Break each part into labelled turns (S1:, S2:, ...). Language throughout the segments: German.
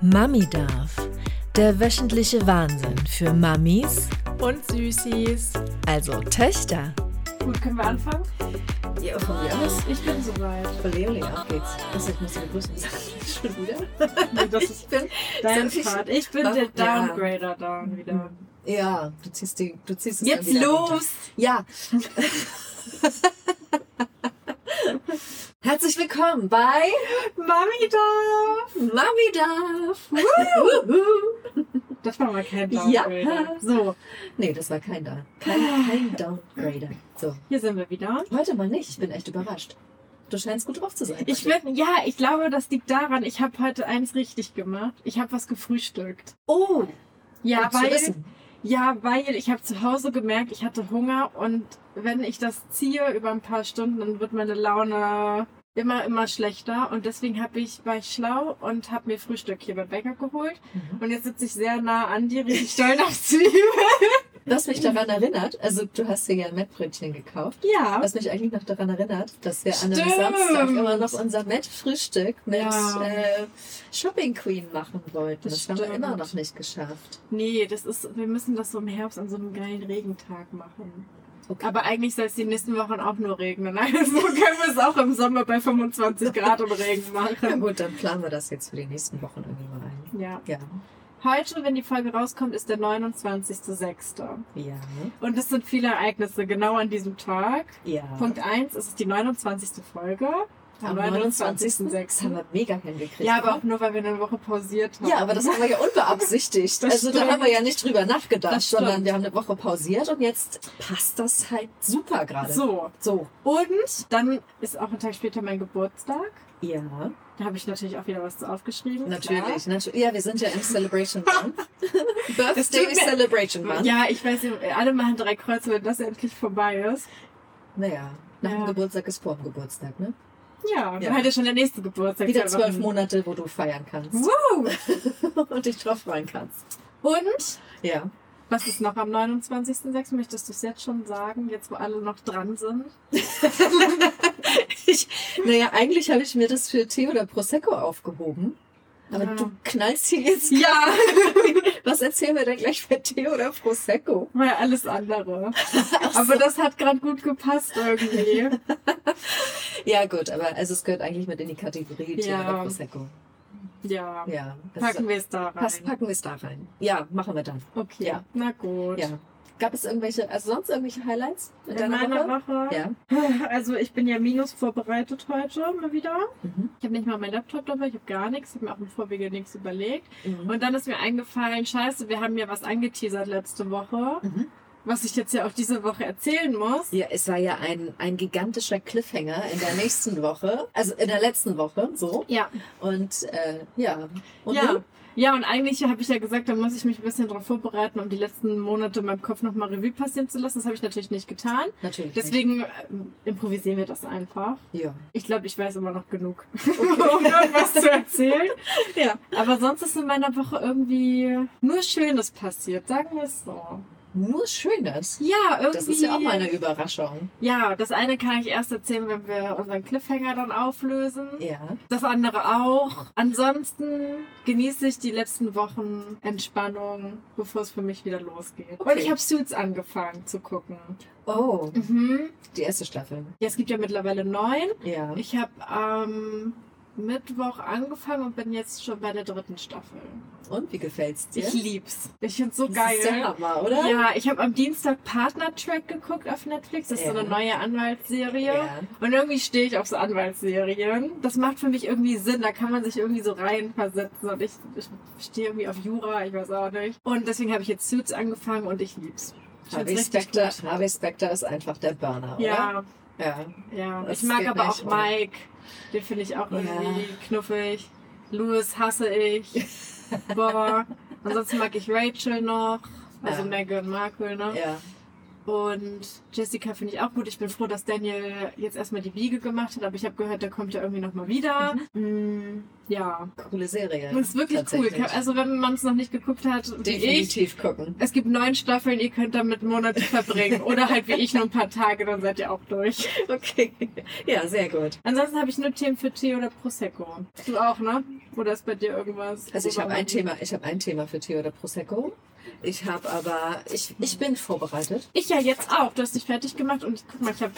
S1: Mami darf. Der wöchentliche Wahnsinn für Mamis,
S2: und Süßis.
S1: also Töchter.
S2: Gut, können wir anfangen?
S3: Ja, von mir aus.
S2: Ich bin soweit.
S3: Leonie, auf geht's. Also, ich muss begrüßen. Schon wieder?
S2: Nee, das ist
S3: bin.
S2: dein
S3: Soll ich-
S2: Part. Ich bin
S3: Mach-
S2: der
S3: Ja. Hm,
S2: Downgrader down wieder.
S3: Ja, du ziehst, die, du ziehst es
S2: Jetzt
S3: dann wieder runter.
S2: los!
S3: Ja. Herzlich willkommen bei
S2: Mami darf!
S3: Mami darf.
S2: Das war mal kein
S3: Ja.
S2: Downgrader. So,
S3: nee, das war kein da. Kein, kein Downgrader. So,
S2: hier sind wir wieder.
S3: heute mal nicht. Ich bin echt überrascht. Du scheinst gut drauf zu sein.
S2: Ich bin, ja, ich glaube, das liegt daran, ich habe heute eins richtig gemacht. Ich habe was gefrühstückt.
S3: Oh,
S2: Ja,
S3: gut zu
S2: weil,
S3: wissen.
S2: ja, weil ich habe zu Hause gemerkt, ich hatte Hunger und wenn ich das ziehe über ein paar Stunden, dann wird meine Laune immer, immer schlechter. Und deswegen habe ich, war ich schlau und habe mir Frühstück hier beim Bäcker geholt.
S3: Mhm.
S2: Und jetzt sitze ich sehr nah an dir, rieche stolz auf Zwiebeln.
S3: Was mich daran erinnert, also du hast dir ja ein Mettbrötchen gekauft.
S2: Ja.
S3: Was mich eigentlich noch daran erinnert, dass wir an einem
S2: Stimmt.
S3: Samstag immer noch unser Met-Frühstück mit
S2: Ja.
S3: äh, Shopping Queen machen wollten. Das,
S2: Das
S3: haben wir
S2: stimmt.
S3: immer noch nicht geschafft.
S2: Nee, das ist, wir müssen das so im Herbst an so einem geilen Regentag machen.
S3: Okay.
S2: Aber eigentlich soll es die nächsten Wochen auch nur regnen. Also können wir es auch im Sommer bei 25 Grad und Regen
S3: Na
S2: machen.
S3: gut, dann planen wir das jetzt für die nächsten Wochen irgendwie mal ein.
S2: Ja.
S3: Ja.
S2: Heute, wenn die Folge rauskommt, ist der 29.06.
S3: Ja.
S2: Und es sind viele Ereignisse genau an diesem Tag.
S3: Ja.
S2: Punkt 1 ist es die 29. Folge.
S3: Am 29.06. haben wir mega hingekriegt.
S2: Ja, aber auch nur, weil wir eine Woche pausiert haben.
S3: ja, aber das haben wir ja unbeabsichtigt.
S2: Das
S3: also da
S2: stimmt.
S3: haben wir ja nicht drüber nachgedacht,
S2: Das stimmt.
S3: sondern wir haben eine Woche pausiert und jetzt passt das halt super gerade.
S2: So,
S3: so.
S2: Und dann ist auch ein Tag später mein Geburtstag.
S3: Ja.
S2: Da habe ich natürlich auch wieder was zu aufgeschrieben.
S3: Natürlich, natürlich. Ja, wir sind ja im Celebration Month.
S2: Das tut
S3: Birthday
S2: mir-
S3: Celebration
S2: Klar.
S3: Month.
S2: Ja, ich weiß, alle machen drei Kreuze, wenn das endlich vorbei ist.
S3: Naja, nach
S2: Ja.
S3: dem Geburtstag ist vor dem Geburtstag, ne?
S2: Ja, dann
S3: Ja.
S2: hat ja schon der nächste Geburtstag.
S3: Wieder
S2: zwei Wochen.
S3: zwölf Monate, wo du feiern kannst.
S2: Woo!
S3: Und dich drauf freuen kannst.
S2: Und
S3: Ja.
S2: was ist noch am 29.06.? Möchtest du es jetzt schon sagen, jetzt wo alle noch dran sind?
S3: Ich, naja, eigentlich habe ich mir das für Tee oder Prosecco aufgehoben. Aber
S2: Ja.
S3: du knallst hier jetzt.
S2: Ja!
S3: Was erzählen wir denn gleich für Tee oder Prosecco?
S2: War ja alles andere. Aber das hat gerade gut gepasst irgendwie.
S3: Ja, gut, aber also es gehört eigentlich mit in die Kategorie Tee
S2: Ja.
S3: oder Prosecco.
S2: Ja.
S3: Ja. Das
S2: Packen wir es da rein.
S3: passt, packen wir es da rein. Ja, machen wir dann.
S2: Okay.
S3: Ja.
S2: Na gut.
S3: Ja. Gab es irgendwelche, also sonst irgendwelche Highlights in
S2: In
S3: deiner
S2: meiner
S3: Woche?
S2: Woche
S3: Ja.
S2: Also ich bin ja minus vorbereitet heute mal wieder.
S3: Mhm.
S2: Ich habe nicht mal meinen Laptop dabei, ich habe gar nichts, ich habe mir auch im Vorwege nichts überlegt.
S3: Mhm.
S2: Und dann ist mir eingefallen, scheiße, wir haben ja was angeteasert letzte Woche,
S3: Mhm.
S2: was ich jetzt ja auch diese Woche erzählen muss.
S3: Ja, es war ja ein, ein gigantischer Cliffhanger in der nächsten Woche, also in der letzten Woche, so.
S2: Ja,
S3: Und äh, ja. Und
S2: ja.
S3: nun?
S2: Ja, und eigentlich habe ich ja gesagt, da muss ich mich ein bisschen darauf vorbereiten, um die letzten Monate in meinem Kopf nochmal Revue passieren zu lassen. Das habe ich natürlich nicht getan.
S3: Natürlich.
S2: Deswegen ähm, improvisieren wir das einfach.
S3: Nicht. Ja.
S2: Ich glaube, ich weiß immer noch genug, um irgendwas zu erzählen.
S3: Ja.
S2: Aber sonst ist in meiner Woche irgendwie nur Schönes passiert, sagen wir es so.
S3: Nur Schönes.
S2: Ja, irgendwie.
S3: Das ist ja auch mal eine Überraschung.
S2: Ja, das eine kann ich erst erzählen, wenn wir unseren Cliffhanger dann auflösen.
S3: Ja.
S2: Das andere auch. Ansonsten genieße ich die letzten Wochen Entspannung, bevor es für mich wieder losgeht. Und
S3: Okay.
S2: ich habe Suits angefangen zu gucken.
S3: Oh,
S2: Mhm.
S3: die erste Staffel.
S2: Ja, es gibt ja mittlerweile neun.
S3: Ja.
S2: Ich habe am Mittwoch angefangen und bin jetzt schon bei der dritten Staffel.
S3: Und wie gefällt's dir?
S2: Ich lieb's. Ich find's so
S3: das
S2: geil.
S3: ist der Hammer, oder?
S2: Ja, ich habe am Dienstag Partner Track geguckt auf Netflix. Das ist so
S3: Ja.
S2: eine neue Anwaltsserie.
S3: Ja.
S2: Und irgendwie stehe ich auf so Anwaltsserien. Das macht für mich irgendwie Sinn. Da kann man sich irgendwie so reinversetzen. Und ich, ich stehe irgendwie auf Jura. Ich weiß auch nicht. Und deswegen habe ich jetzt Suits angefangen und ich lieb's. Ich
S3: Harvey
S2: find's richtig
S3: Specter,
S2: gut.
S3: Harvey Specter ist einfach der Burner, oder?
S2: Ja,
S3: Ja.
S2: ja.
S3: Das
S2: ich mag
S3: geht
S2: aber auch
S3: nicht, oder?
S2: Mike. Den finde ich auch
S3: Ja.
S2: irgendwie knuffig. Louis hasse ich. Boah. Ansonsten mag ich Rachel noch. Also
S3: Ja.
S2: Meghan Markle, ne?
S3: Ja.
S2: Und Jessica finde ich auch gut. Ich bin froh, dass Daniel jetzt erstmal die Wiege gemacht hat, aber ich habe gehört, der kommt ja irgendwie nochmal wieder.
S3: Mhm.
S2: Mm, ja,
S3: Coole Serie.
S2: das ist wirklich cool.
S3: Tatsächlich.
S2: Also wenn man es noch nicht geguckt hat, wie ich,
S3: Definitiv gucken.
S2: es gibt neun Staffeln, ihr könnt damit Monate verbringen. Oder halt wie ich nur ein paar Tage, dann seid ihr auch durch.
S3: Okay. Ja, sehr gut.
S2: Ansonsten habe ich nur Themen für Tee oder Prosecco. Du auch, ne? Oder ist bei dir irgendwas?
S3: Also ich
S2: worüber
S3: habe ein
S2: man-
S3: Thema, ich habe ein Thema für Tee oder Prosecco. Ich habe aber, ich, ich bin vorbereitet.
S2: Ich ja jetzt auch. Du hast dich fertig gemacht und guck mal, ich habe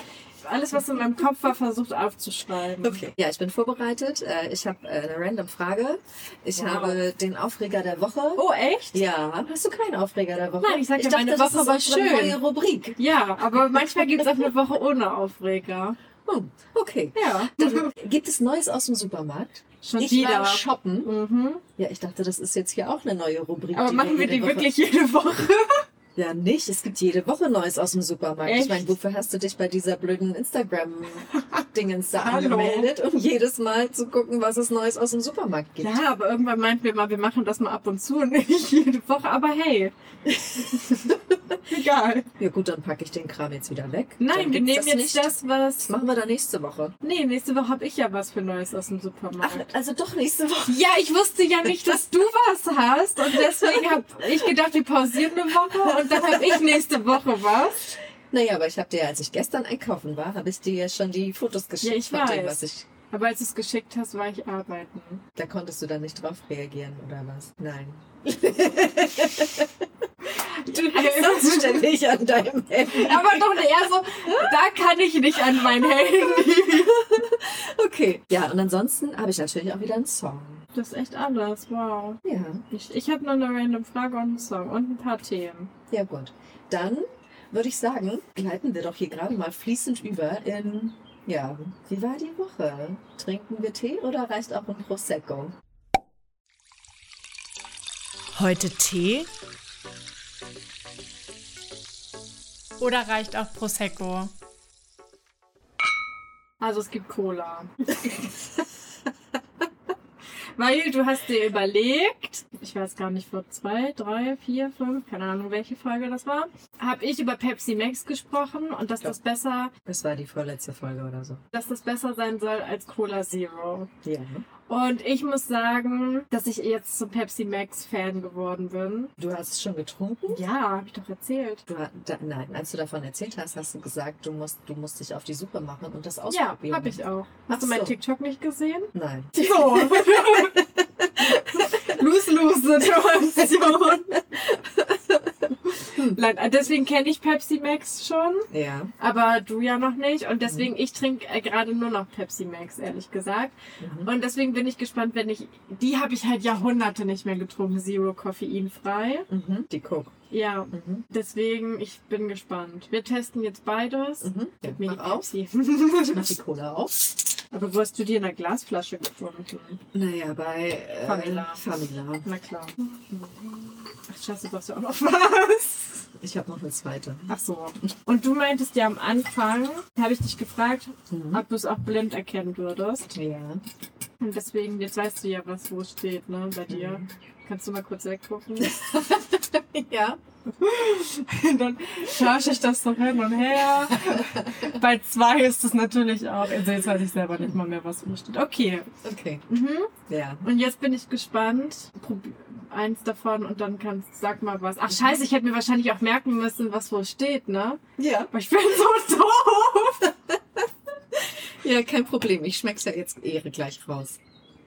S2: alles, was in meinem Kopf war, versucht aufzuschreiben.
S3: Ja, ich bin vorbereitet. Äh, Ich habe äh, eine random Frage. Ich
S2: Wow.
S3: habe den Aufreger der Woche.
S2: Oh, echt?
S3: Ja, hast du keinen Aufreger der Woche?
S2: Nein, ich sag ja, meine
S3: das
S2: Woche
S3: ist
S2: war
S3: unsere
S2: schön.
S3: neue Rubrik.
S2: Ja, aber manchmal gibt es auch eine Woche ohne Aufreger.
S3: Hm, okay.
S2: Ja.
S3: Dann gibt es Neues aus dem Supermarkt?
S2: Schon
S3: ich
S2: wieder.
S3: war shoppen.
S2: Mhm.
S3: Ja, ich dachte, das ist jetzt hier auch eine neue Rubrik.
S2: Aber machen wir
S3: jede
S2: die
S3: Woche-
S2: wirklich jede Woche?
S3: Ja, nicht. Es gibt jede Woche Neues aus dem Supermarkt.
S2: Echt?
S3: Ich meine, wofür hast du dich bei dieser blöden Instagram-Dingens da
S2: Hallo.
S3: angemeldet, um jedes Mal zu gucken, was es Neues aus dem Supermarkt gibt?
S2: Ja, aber irgendwann meinten wir mal, wir machen das mal ab und zu und nicht jede Woche. Aber hey. Egal.
S3: Ja, gut, dann packe ich den Kram jetzt wieder weg.
S2: Nein,
S3: Dann
S2: wir
S3: gibt's
S2: nehmen jetzt
S3: nicht.
S2: das, was.
S3: Das machen wir dann nächste Woche.
S2: Nee, nächste Woche habe ich ja was für Neues aus dem Supermarkt.
S3: Ach, also doch nächste Woche.
S2: Ja, ich wusste ja nicht, dass du was hast. Und deswegen habe ich gedacht, wir pausieren eine Woche und dann habe ich nächste Woche was.
S3: Naja, aber ich habe dir, als ich gestern einkaufen war, habe ich dir ja schon die Fotos geschickt
S2: Ja, ich
S3: von dem,
S2: weiß.
S3: was ich...
S2: Aber als du es geschickt hast, war ich arbeiten.
S3: Da konntest du dann nicht drauf reagieren, oder was? Nein.
S2: Du,
S3: Sonst stelle ich an deinem Handy.
S2: Also, aber doch eher so, da kann ich nicht an mein Handy.
S3: Okay. Ja, und ansonsten habe ich natürlich auch wieder einen Song.
S2: Das ist echt anders, wow.
S3: Ja.
S2: Ich, ich habe nur eine random Frage und einen Song und ein paar Themen.
S3: Ja, gut. Dann würde ich sagen, gleiten wir doch hier gerade mal fließend über in. Ja, wie war die Woche? Trinken wir Tee oder reicht auch ein Prosecco?
S1: Heute Tee?
S4: Oder reicht auch Prosecco?
S2: Also es gibt Cola. Weil du hast dir überlegt, ich weiß gar nicht, vor zwei, drei, vier, fünf, keine Ahnung, welche Folge das war, habe ich über Pepsi Max gesprochen und dass das besser,
S3: Das war die vorletzte Folge oder so.
S2: dass das besser sein soll als Cola Zero.
S3: Ja.
S2: Und ich muss sagen, dass ich jetzt zum Pepsi Max Fan geworden bin.
S3: Du hast es schon getrunken?
S2: Ja, habe ich doch erzählt.
S3: Du, ha- da, nein, als du davon erzählt hast, hast du gesagt, du musst, du musst dich auf die Suche machen und das
S2: Ja,
S3: ausprobieren.
S2: habe ich auch. Hast du
S3: Ach
S2: mein
S3: so.
S2: TikTok nicht gesehen?
S3: Nein.
S2: So. Lose-Lose-Situation.
S3: Hm.
S2: Nein, Deswegen kenne ich Pepsi Max schon,
S3: Ja.
S2: aber du ja noch nicht. Und
S3: Hm.
S2: deswegen, ich trinke äh, gerade nur noch Pepsi Max, ehrlich gesagt.
S3: Mhm.
S2: Und deswegen bin ich gespannt, wenn ich. Die habe ich halt Jahrhunderte nicht mehr getrunken, Zero Koffeinfrei.
S3: Mhm. Die Coke.
S2: Ja,
S3: Mhm.
S2: deswegen, ich bin gespannt. Wir testen jetzt beides.
S3: Mhm. Ja,
S2: Gib mir die
S3: mach auf.
S2: Pepsi.
S3: Ich mach die Cola auf.
S2: aber wo hast du die in der Glasflasche gefunden?
S3: Naja, bei äh,
S2: Famila.
S3: Famila.
S2: Na klar. Ach, Scheiße, du hast ja auch noch was.
S3: Ich habe noch eine zweite.
S2: Ach so. Und du meintest ja am Anfang, habe ich dich gefragt,
S3: Mhm.
S2: ob du es auch blind erkennen würdest.
S3: Ja.
S2: Und deswegen, jetzt weißt du ja, was wo steht, ne, bei dir. Kannst du mal kurz weggucken?
S3: Ja.
S2: Dann schausche ich das so hin und her. bei zwei ist es natürlich auch. Also jetzt weiß ich selber nicht mal mehr, was wo steht. Okay.
S3: Okay.
S2: Mhm.
S3: Ja.
S2: Und jetzt bin ich gespannt. Probi eins davon und dann kannst sag mal was. Ach scheiße, ich hätte mir wahrscheinlich auch merken müssen, was wo steht, ne?
S3: Ja.
S2: Aber ich bin so doof.
S3: Ja, kein Problem. Ich schmeck's ja jetzt Ehre gleich raus.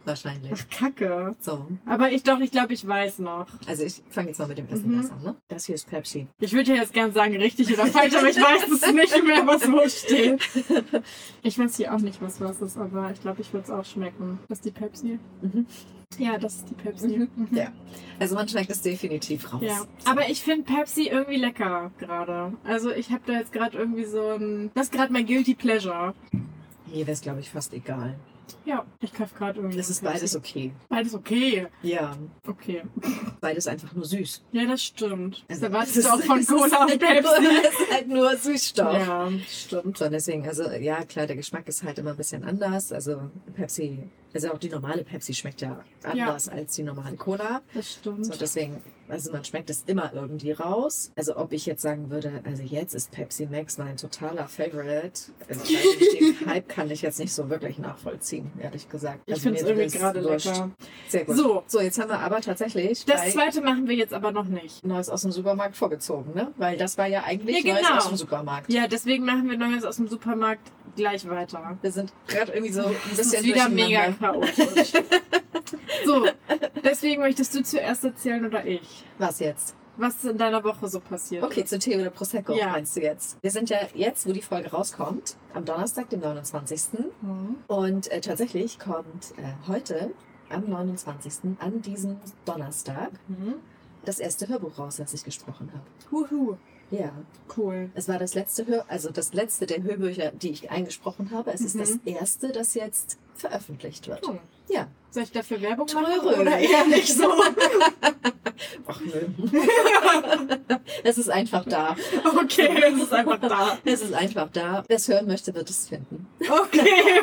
S3: Wahrscheinlich.
S2: Kacke.
S3: So.
S2: Aber ich doch, ich glaube, ich weiß noch.
S3: Also ich fange jetzt mal mit dem Essen
S2: Mhm.
S3: was an, ne? Das hier ist Pepsi.
S2: Ich würde ja jetzt gern sagen, richtig oder falsch, aber ich weiß es nicht mehr, was wo steht. Ich weiß hier auch nicht, was was ist, aber ich glaube, ich würde es auch schmecken. Das ist die Pepsi.
S3: Mhm.
S2: Ja, das ist die Pepsi.
S3: Ja. Also man schmeckt es definitiv raus.
S2: Ja, aber ich finde Pepsi irgendwie lecker gerade. Also ich habe da jetzt gerade irgendwie so ein... Das ist gerade mein Guilty Pleasure.
S3: Hier wäre es, glaube ich, fast egal.
S2: Ja, ich kaufe gerade irgendwie...
S3: Das ist
S2: Pepsi.
S3: beides okay.
S2: Beides okay.
S3: Ja.
S2: Okay.
S3: Beides einfach nur süß. Also
S2: Ja, das stimmt. Das
S3: was
S2: erwartest du auch von Cola und Pepsi.
S3: halt Das ist halt nur Süßstoff.
S2: Ja, stimmt.
S3: So, und deswegen, also ja, klar, der Geschmack ist halt immer ein bisschen anders. Also Pepsi Also auch die normale Pepsi schmeckt ja anders als die normale Cola.
S2: Das
S3: So,
S2: stimmt.
S3: deswegen, also man schmeckt es immer irgendwie raus. Also ob ich jetzt sagen würde, also jetzt ist Pepsi Max mein totaler Favorite. Also ich weiß nicht, den Hype kann ich jetzt nicht so wirklich nachvollziehen, ehrlich gesagt.
S2: Ich
S3: also
S2: finde es
S3: mir
S2: irgendwie
S3: ist
S2: gerade
S3: wurscht.
S2: lecker.
S3: Sehr gut. So.
S2: So.
S3: jetzt haben wir aber tatsächlich
S2: Das
S3: bei
S2: zweite machen wir jetzt aber noch nicht.
S3: Neues aus dem Supermarkt vorgezogen, ne? Weil das war ja eigentlich
S2: Ja,
S3: Neues
S2: genau.
S3: aus dem Supermarkt.
S2: Ja, deswegen machen wir Neues aus dem Supermarkt gleich weiter.
S3: Wir sind gerade irgendwie so ein
S2: Das
S3: bisschen
S2: ist wieder mega
S3: durcheinander.
S2: chaotisch. so, deswegen möchtest du zuerst erzählen oder ich?
S3: Was jetzt?
S2: Was in deiner Woche so passiert?
S3: Okay, zu Tee oder Prosecco
S2: Ja.
S3: meinst du jetzt? Wir sind ja jetzt, wo die Folge rauskommt, am Donnerstag, dem 29.
S2: Mhm.
S3: Und äh, tatsächlich kommt äh, heute, am 29. an diesem Donnerstag,
S2: Mhm.
S3: das erste Hörbuch raus, das ich gesprochen habe.
S2: Huhu,
S3: Ja,
S2: cool.
S3: es war das letzte Hör, also das letzte der Hörbücher, die ich eingesprochen habe. Es ist
S2: Mhm.
S3: das erste, das jetzt veröffentlicht wird.
S2: Hm.
S3: Ja,
S2: Soll ich dafür Werbung machen?
S3: Teure.
S2: Oder eher nicht so?
S3: ach nö. es ist einfach da.
S2: Okay, es ist einfach da.
S3: Es ist einfach da. Wer es hören möchte, wird es finden.
S2: Okay.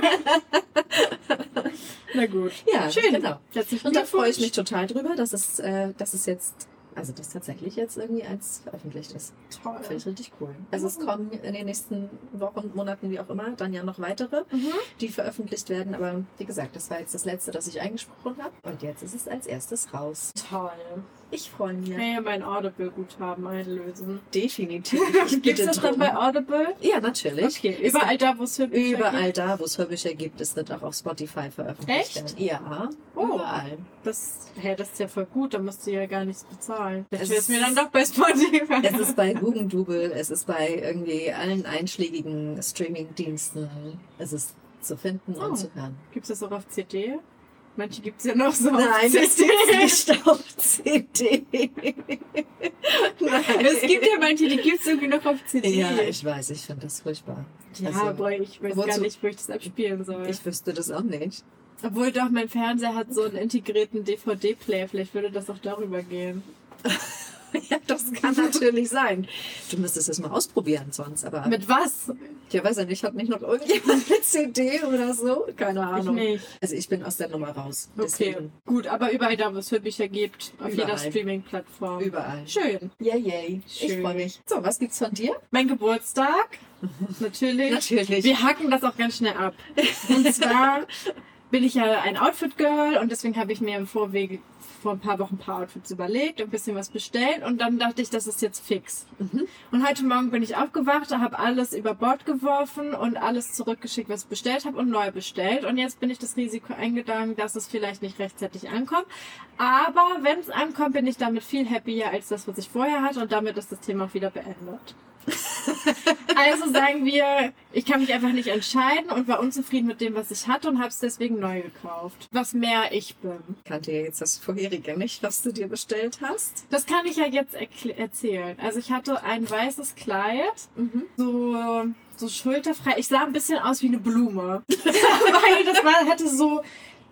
S2: Na gut.
S3: Ja,
S2: Schön.
S3: genau.
S2: Herzlichen
S3: Und da freue ich mich
S2: Glückwunsch.
S3: total drüber, dass es, äh, dass es jetzt, also dass tatsächlich jetzt irgendwie eins veröffentlicht ist. Finde
S2: Toll.
S3: ich richtig cool. Also es
S2: Mhm.
S3: kommen in den nächsten Wochen, Monaten, wie auch immer, dann ja noch weitere,
S2: Mhm.
S3: die veröffentlicht werden. Aber wie gesagt, das war jetzt das letzte, das ich eingesprochen habe. Und jetzt ist es als erstes raus.
S2: Toll.
S3: Ich freue mich.
S2: Ich kann ja mein Audible-Guthaben einlösen.
S3: Definitiv. Ich
S2: Gibt
S3: bitte
S2: es das dann
S3: drum.
S2: bei Audible?
S3: Ja, natürlich.
S2: Okay,
S3: Es
S2: überall da, wo es
S3: gibt-
S2: Hörbücher gibt.
S3: Überall da, wo es Hörbücher gibt, es wird auch auf Spotify veröffentlicht.
S2: Echt?
S3: Ja,
S2: Oh.
S3: überall.
S2: Das, hä, das ist ja voll gut, da musst du ja gar nichts bezahlen. Das
S3: Es
S2: wäre mir dann
S3: ist-
S2: doch bei Spotify.
S3: Es ist bei Google Double, es ist bei irgendwie allen einschlägigen Streaming-Diensten. Es ist zu finden
S2: Oh.
S3: und zu hören.
S2: Gibt es das auch auf CD? Manche gibt es ja noch so
S3: Nein,
S2: auf
S3: das
S2: CD.
S3: gibt's nicht auf CD. Nein.
S2: Es gibt ja manche, die gibt es irgendwie noch auf CD.
S3: Ja, ich weiß, ich finde das furchtbar.
S2: Ja,
S3: also,
S2: aber ich weiß gar
S3: wozu-
S2: nicht, wo ich das abspielen soll.
S3: Ich wüsste das auch nicht.
S2: Obwohl doch, mein Fernseher hat so einen integrierten DVD-Player. Vielleicht würde das auch darüber gehen.
S3: Ja, das kann natürlich sein. Du müsstest das mal ausprobieren sonst, aber
S2: Mit was?
S3: ich weiß ja nicht, hat nicht noch irgendjemand eine CD oder so? Keine Ahnung.
S2: Ich nicht.
S3: also ich bin aus der Nummer raus.
S2: Okay,
S3: Deswegen
S2: gut, aber überall da, wo es Hörbücher gibt, auf jeder
S3: Überall.
S2: Streaming-Plattform.
S3: überall.
S2: Schön.
S3: Yay, yay. Ich
S2: Schön.
S3: freue mich. So, was gibt's von dir?
S2: Mein Geburtstag, natürlich.
S3: Natürlich.
S2: Wir hacken das auch ganz schnell ab. Und zwar bin ich ja ein Outfit-Girl und deswegen habe ich mir im Vorwege vor ein paar Wochen ein paar Outfits überlegt und ein bisschen was bestellt und dann dachte ich, das ist jetzt fix.
S3: Mhm.
S2: Und heute Morgen bin ich aufgewacht, habe alles über Bord geworfen und alles zurückgeschickt, was ich bestellt habe und neu bestellt. Und jetzt bin ich das Risiko eingegangen, dass es vielleicht nicht rechtzeitig ankommt. Aber wenn es ankommt, bin ich damit viel happier als das, was ich vorher hatte und damit ist das Thema auch wieder beendet. also sagen wir, ich kann mich einfach nicht entscheiden und war unzufrieden mit dem, was ich hatte und habe es deswegen neu gekauft. Was mehr ich bin.
S3: kannte ja jetzt das vorherige nicht, was du dir bestellt hast.
S2: Das kann ich ja jetzt erkl- erzählen. Also ich hatte ein weißes Kleid
S3: Mhm.
S2: so, so schulterfrei. Ich sah ein bisschen aus wie eine Blume. Weil das war, hatte so,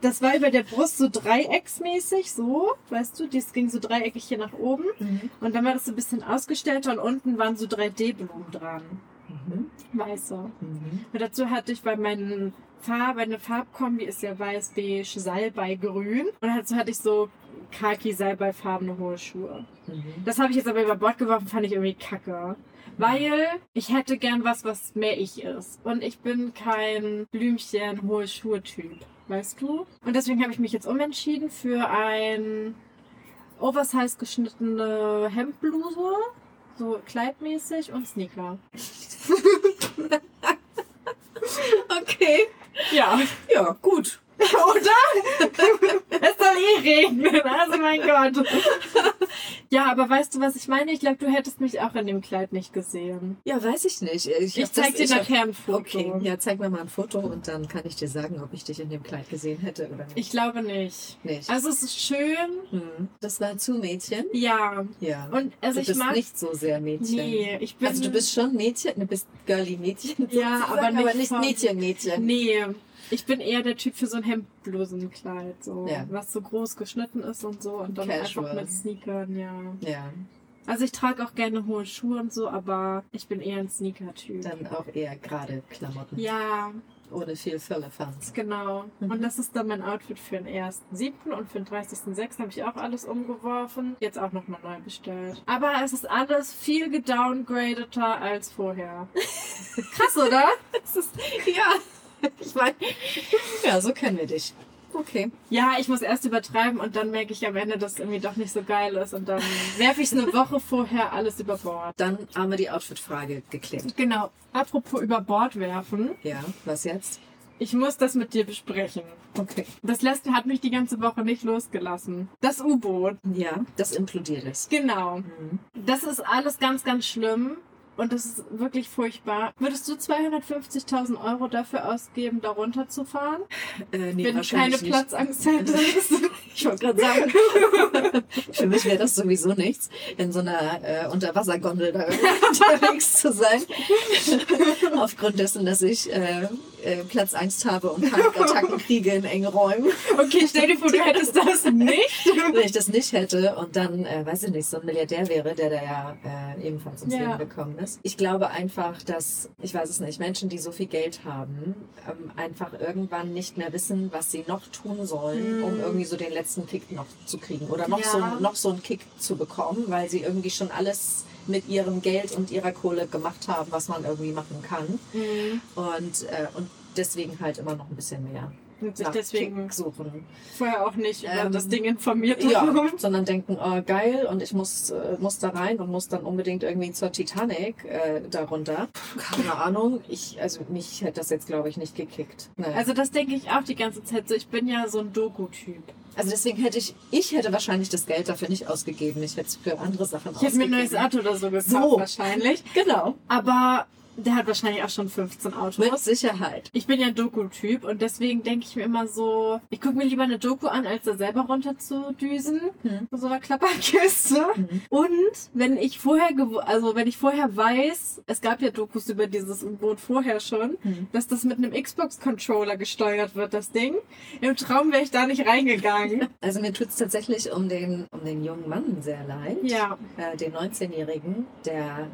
S2: das war über der Brust so dreiecksmäßig, so, weißt du, das ging so dreieckig hier nach oben.
S3: Mhm.
S2: Und dann war das so ein bisschen ausgestellter und unten waren so 3D-Blumen dran. Weiße.
S3: Mhm.
S2: Und dazu hatte ich bei meinen Farben, meine Farbkombi ist ja weiß, beige, Salbei, grün. Und dazu hatte ich so khaki, Salbeifarbene hohe Schuhe.
S3: Mhm.
S2: Das habe ich jetzt aber über Bord geworfen, fand ich irgendwie kacke. Weil ich hätte gern was, was mehr ich ist. Und ich bin kein Blümchen, hohe Schuhe-Typ, weißt du? Und deswegen habe ich mich jetzt umentschieden für ein oversize geschnittene Hemdbluse, so kleidmäßig und Sneaker.
S3: Okay.
S2: Ja,
S3: Ja, gut.
S2: oder? es soll eh regnen, also mein Gott. ja, aber weißt du, was ich meine? Ich glaube, du hättest mich auch in dem Kleid nicht gesehen.
S3: Ja, weiß ich nicht. Ich,
S2: Ich
S3: hab das-
S2: zeig dir
S3: ich hab-
S2: nachher ein Foto.
S3: Okay, ja, zeig mir mal ein Foto und dann kann ich dir sagen, ob ich dich in dem Kleid gesehen hätte oder nicht.
S2: Ich glaube nicht.
S3: nicht.
S2: Also es ist schön,
S3: Mhm. Das war zu Mädchen.
S2: ja.
S3: Ja.
S2: Und also
S3: du
S2: ich
S3: bist
S2: mag
S3: nicht so sehr Mädchen.
S2: nee, ich bin
S3: Also du bist schon Mädchen, du bist girly Mädchen.
S2: Ja,
S3: sozusagen,
S2: aber nicht
S3: aber nicht
S2: vom-
S3: Mädchen, Mädchen.
S2: nee, ich bin eher der Typ für so ein Hemdblusenkleid, so
S3: Ja.
S2: was so groß geschnitten ist und so und dann
S3: Casual.
S2: einfach mit Sneakern, ja.
S3: Ja,
S2: Also ich trage auch gerne hohe Schuhe und so, aber ich bin eher ein Sneaker-Typ.
S3: dann auch eher gerade Klamotten.
S2: Ja,
S3: ohne viel Firlefanz.
S2: Genau. Und das ist dann mein Outfit für den 1.7. und für den 30.6. habe ich auch alles umgeworfen. Jetzt auch nochmal neu bestellt. Aber es ist alles viel gedowngradeter als vorher. Krass, oder?
S3: Das ist, ja, ich meine, ja, so kennen wir dich. Okay.
S2: Ja, ich muss erst übertreiben und dann merke ich am Ende, dass es irgendwie doch nicht so geil ist. Und dann werfe ich es eine Woche vorher alles über Bord.
S3: Dann haben wir die Outfit-Frage geklärt.
S2: Genau. Apropos über Bord werfen.
S3: Ja, was jetzt?
S2: Ich muss das mit dir besprechen.
S3: Okay.
S2: Das letzte hat mich die ganze Woche nicht losgelassen. Das U-Boot.
S3: Ja, das implodiert ist.
S2: Genau.
S3: Mhm.
S2: Das ist alles ganz, ganz schlimm. Und das ist wirklich furchtbar. Würdest du 250.000 Euro dafür ausgeben, da runterzufahren?
S3: Äh, nee,
S2: wenn du keine
S3: wahrscheinlich nicht.
S2: Platzangst hättest?
S3: Ich wollte gerade sagen, für mich wäre das sowieso nichts, in so einer äh, Unterwassergondel da unterwegs zu sein. Aufgrund dessen, dass ich äh, äh, Platzangst habe und Panikattacken kriege in engen Räumen.
S2: okay, stell dir vor, du hättest das nicht.
S3: Wenn ich das nicht hätte und dann, äh, weiß ich nicht, so ein Milliardär wäre, der da ja äh, ebenfalls ums
S2: Ja.
S3: Leben gekommen ist. Ich glaube einfach, dass, ich weiß es nicht, Menschen, die so viel Geld haben, ähm, einfach irgendwann nicht mehr wissen, was sie noch tun sollen,
S2: Mhm.
S3: um irgendwie so den letzten Kick noch zu kriegen oder noch,
S2: Ja.
S3: so, einen- noch so einen Kick zu bekommen, weil sie irgendwie schon alles mit ihrem Geld und ihrer Kohle gemacht haben, was man irgendwie machen kann.
S2: Hm.
S3: Und, äh, und deswegen halt immer noch ein bisschen mehr
S2: Und sich
S3: nach
S2: deswegen
S3: Kick suchen.
S2: vorher auch nicht über
S3: Ähm,
S2: das Ding informiert
S3: Ja,
S2: haben.
S3: sondern denken, oh, geil, und ich muss, äh, muss da rein und muss dann unbedingt irgendwie zur Titanic äh, darunter. Keine Ahnung, ich, also mich hätte das jetzt, glaube ich, nicht gekickt. Naja. Also,
S2: Also das denke ich auch die ganze Zeit so. Ich bin ja so ein Doku-Typ.
S3: also deswegen hätte ich, ich hätte wahrscheinlich das Geld dafür nicht ausgegeben. Ich hätte es für andere Sachen
S2: Ich hätte mir ein
S3: ausgegeben.
S2: neues Auto oder so gekauft
S3: So.
S2: wahrscheinlich.
S3: Genau,
S2: Aber der hat wahrscheinlich auch schon 15 Autos.
S3: mit Sicherheit.
S2: Ich bin ja ein Doku-Typ und deswegen denke ich mir immer so, ich gucke mir lieber eine Doku an, als da selber runterzudüsen.
S3: Hm.
S2: Mit so einer Klapperkiste.
S3: Mhm.
S2: Und wenn ich vorher, gew- also wenn ich vorher weiß, es gab ja Dokus über dieses U-Boot vorher schon,
S3: Hm.
S2: dass das mit einem Xbox-Controller gesteuert wird, das Ding. Im Traum wäre ich da nicht reingegangen.
S3: Also mir tut es tatsächlich um den, um den jungen Mann sehr leid.
S2: ja.
S3: äh, den 19-Jährigen, der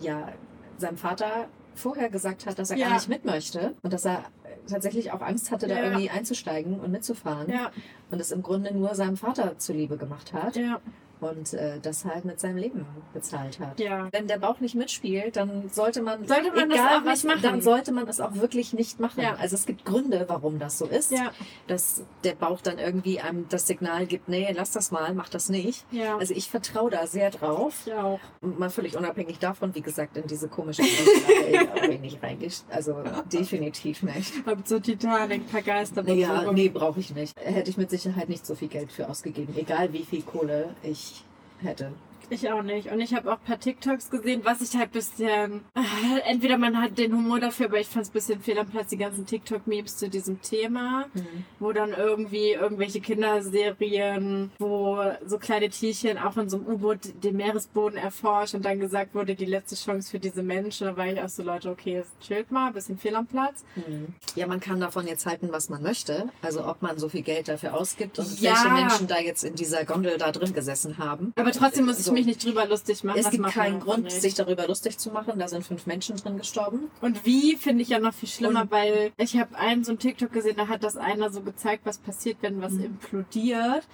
S3: ja seinem Vater vorher gesagt hat, dass er
S2: Ja.
S3: gar nicht mit möchte und dass er äh, tatsächlich auch Angst hatte, da
S2: Ja.
S3: irgendwie einzusteigen und mitzufahren
S2: Ja,
S3: und es im Grunde nur seinem Vater zuliebe gemacht hat
S2: ja,
S3: und äh, das halt mit seinem Leben bezahlt hat.
S2: ja.
S3: Wenn der Bauch nicht mitspielt, dann sollte man,
S2: Sollte man das
S3: egal
S2: auch
S3: was,
S2: nicht machen.
S3: dann sollte man es auch wirklich nicht machen.
S2: Ja.
S3: Also es gibt Gründe, warum das so ist,
S2: Ja,
S3: dass der Bauch dann irgendwie einem das Signal gibt, nee, lass das mal, mach das nicht.
S2: ja.
S3: Also ich vertraue da sehr drauf.
S2: ich auch.
S3: mal völlig unabhängig davon, wie gesagt, in diese komische Grundlage bin ich reingesch Also definitiv nicht.
S2: Hab so Titanic, ein paar Geister.
S3: Naja,
S2: bezogen.
S3: nee, brauche ich nicht. Hätte ich mit Sicherheit nicht so viel Geld für ausgegeben, egal wie viel Kohle ich hätte.
S2: Ich auch nicht. Und ich habe auch ein paar TikToks gesehen, was ich halt bisschen. Äh, entweder man hat den Humor dafür, aber ich fand es ein bisschen fehl am Platz, die ganzen TikTok-Memes zu diesem Thema,
S3: Mhm.
S2: wo dann irgendwie irgendwelche Kinderserien, wo so kleine Tierchen auch in so einem U-Boot den Meeresboden erforscht und dann gesagt wurde, die letzte Chance für diese Menschen. Da war ich auch so, Leute, okay, jetzt chillt mal, bisschen fehl am Platz.
S3: Mhm. Ja, man kann davon jetzt halten, was man möchte. Also ob man so viel Geld dafür ausgibt und
S2: Ja.
S3: welche Menschen da jetzt in dieser Gondel da drin gesessen haben.
S2: Aber trotzdem muss ich
S3: So.
S2: mich nicht drüber lustig machen.
S3: Es
S2: das
S3: gibt
S2: macht
S3: keinen
S2: man auch
S3: Grund,
S2: nicht.
S3: sich darüber lustig zu machen. Da sind fünf Menschen drin gestorben.
S2: Und wie finde ich ja noch viel schlimmer,
S3: Und-
S2: weil ich habe einen so ein TikTok gesehen, da hat das einer so gezeigt, was passiert, wenn was
S3: Mhm.
S2: implodiert.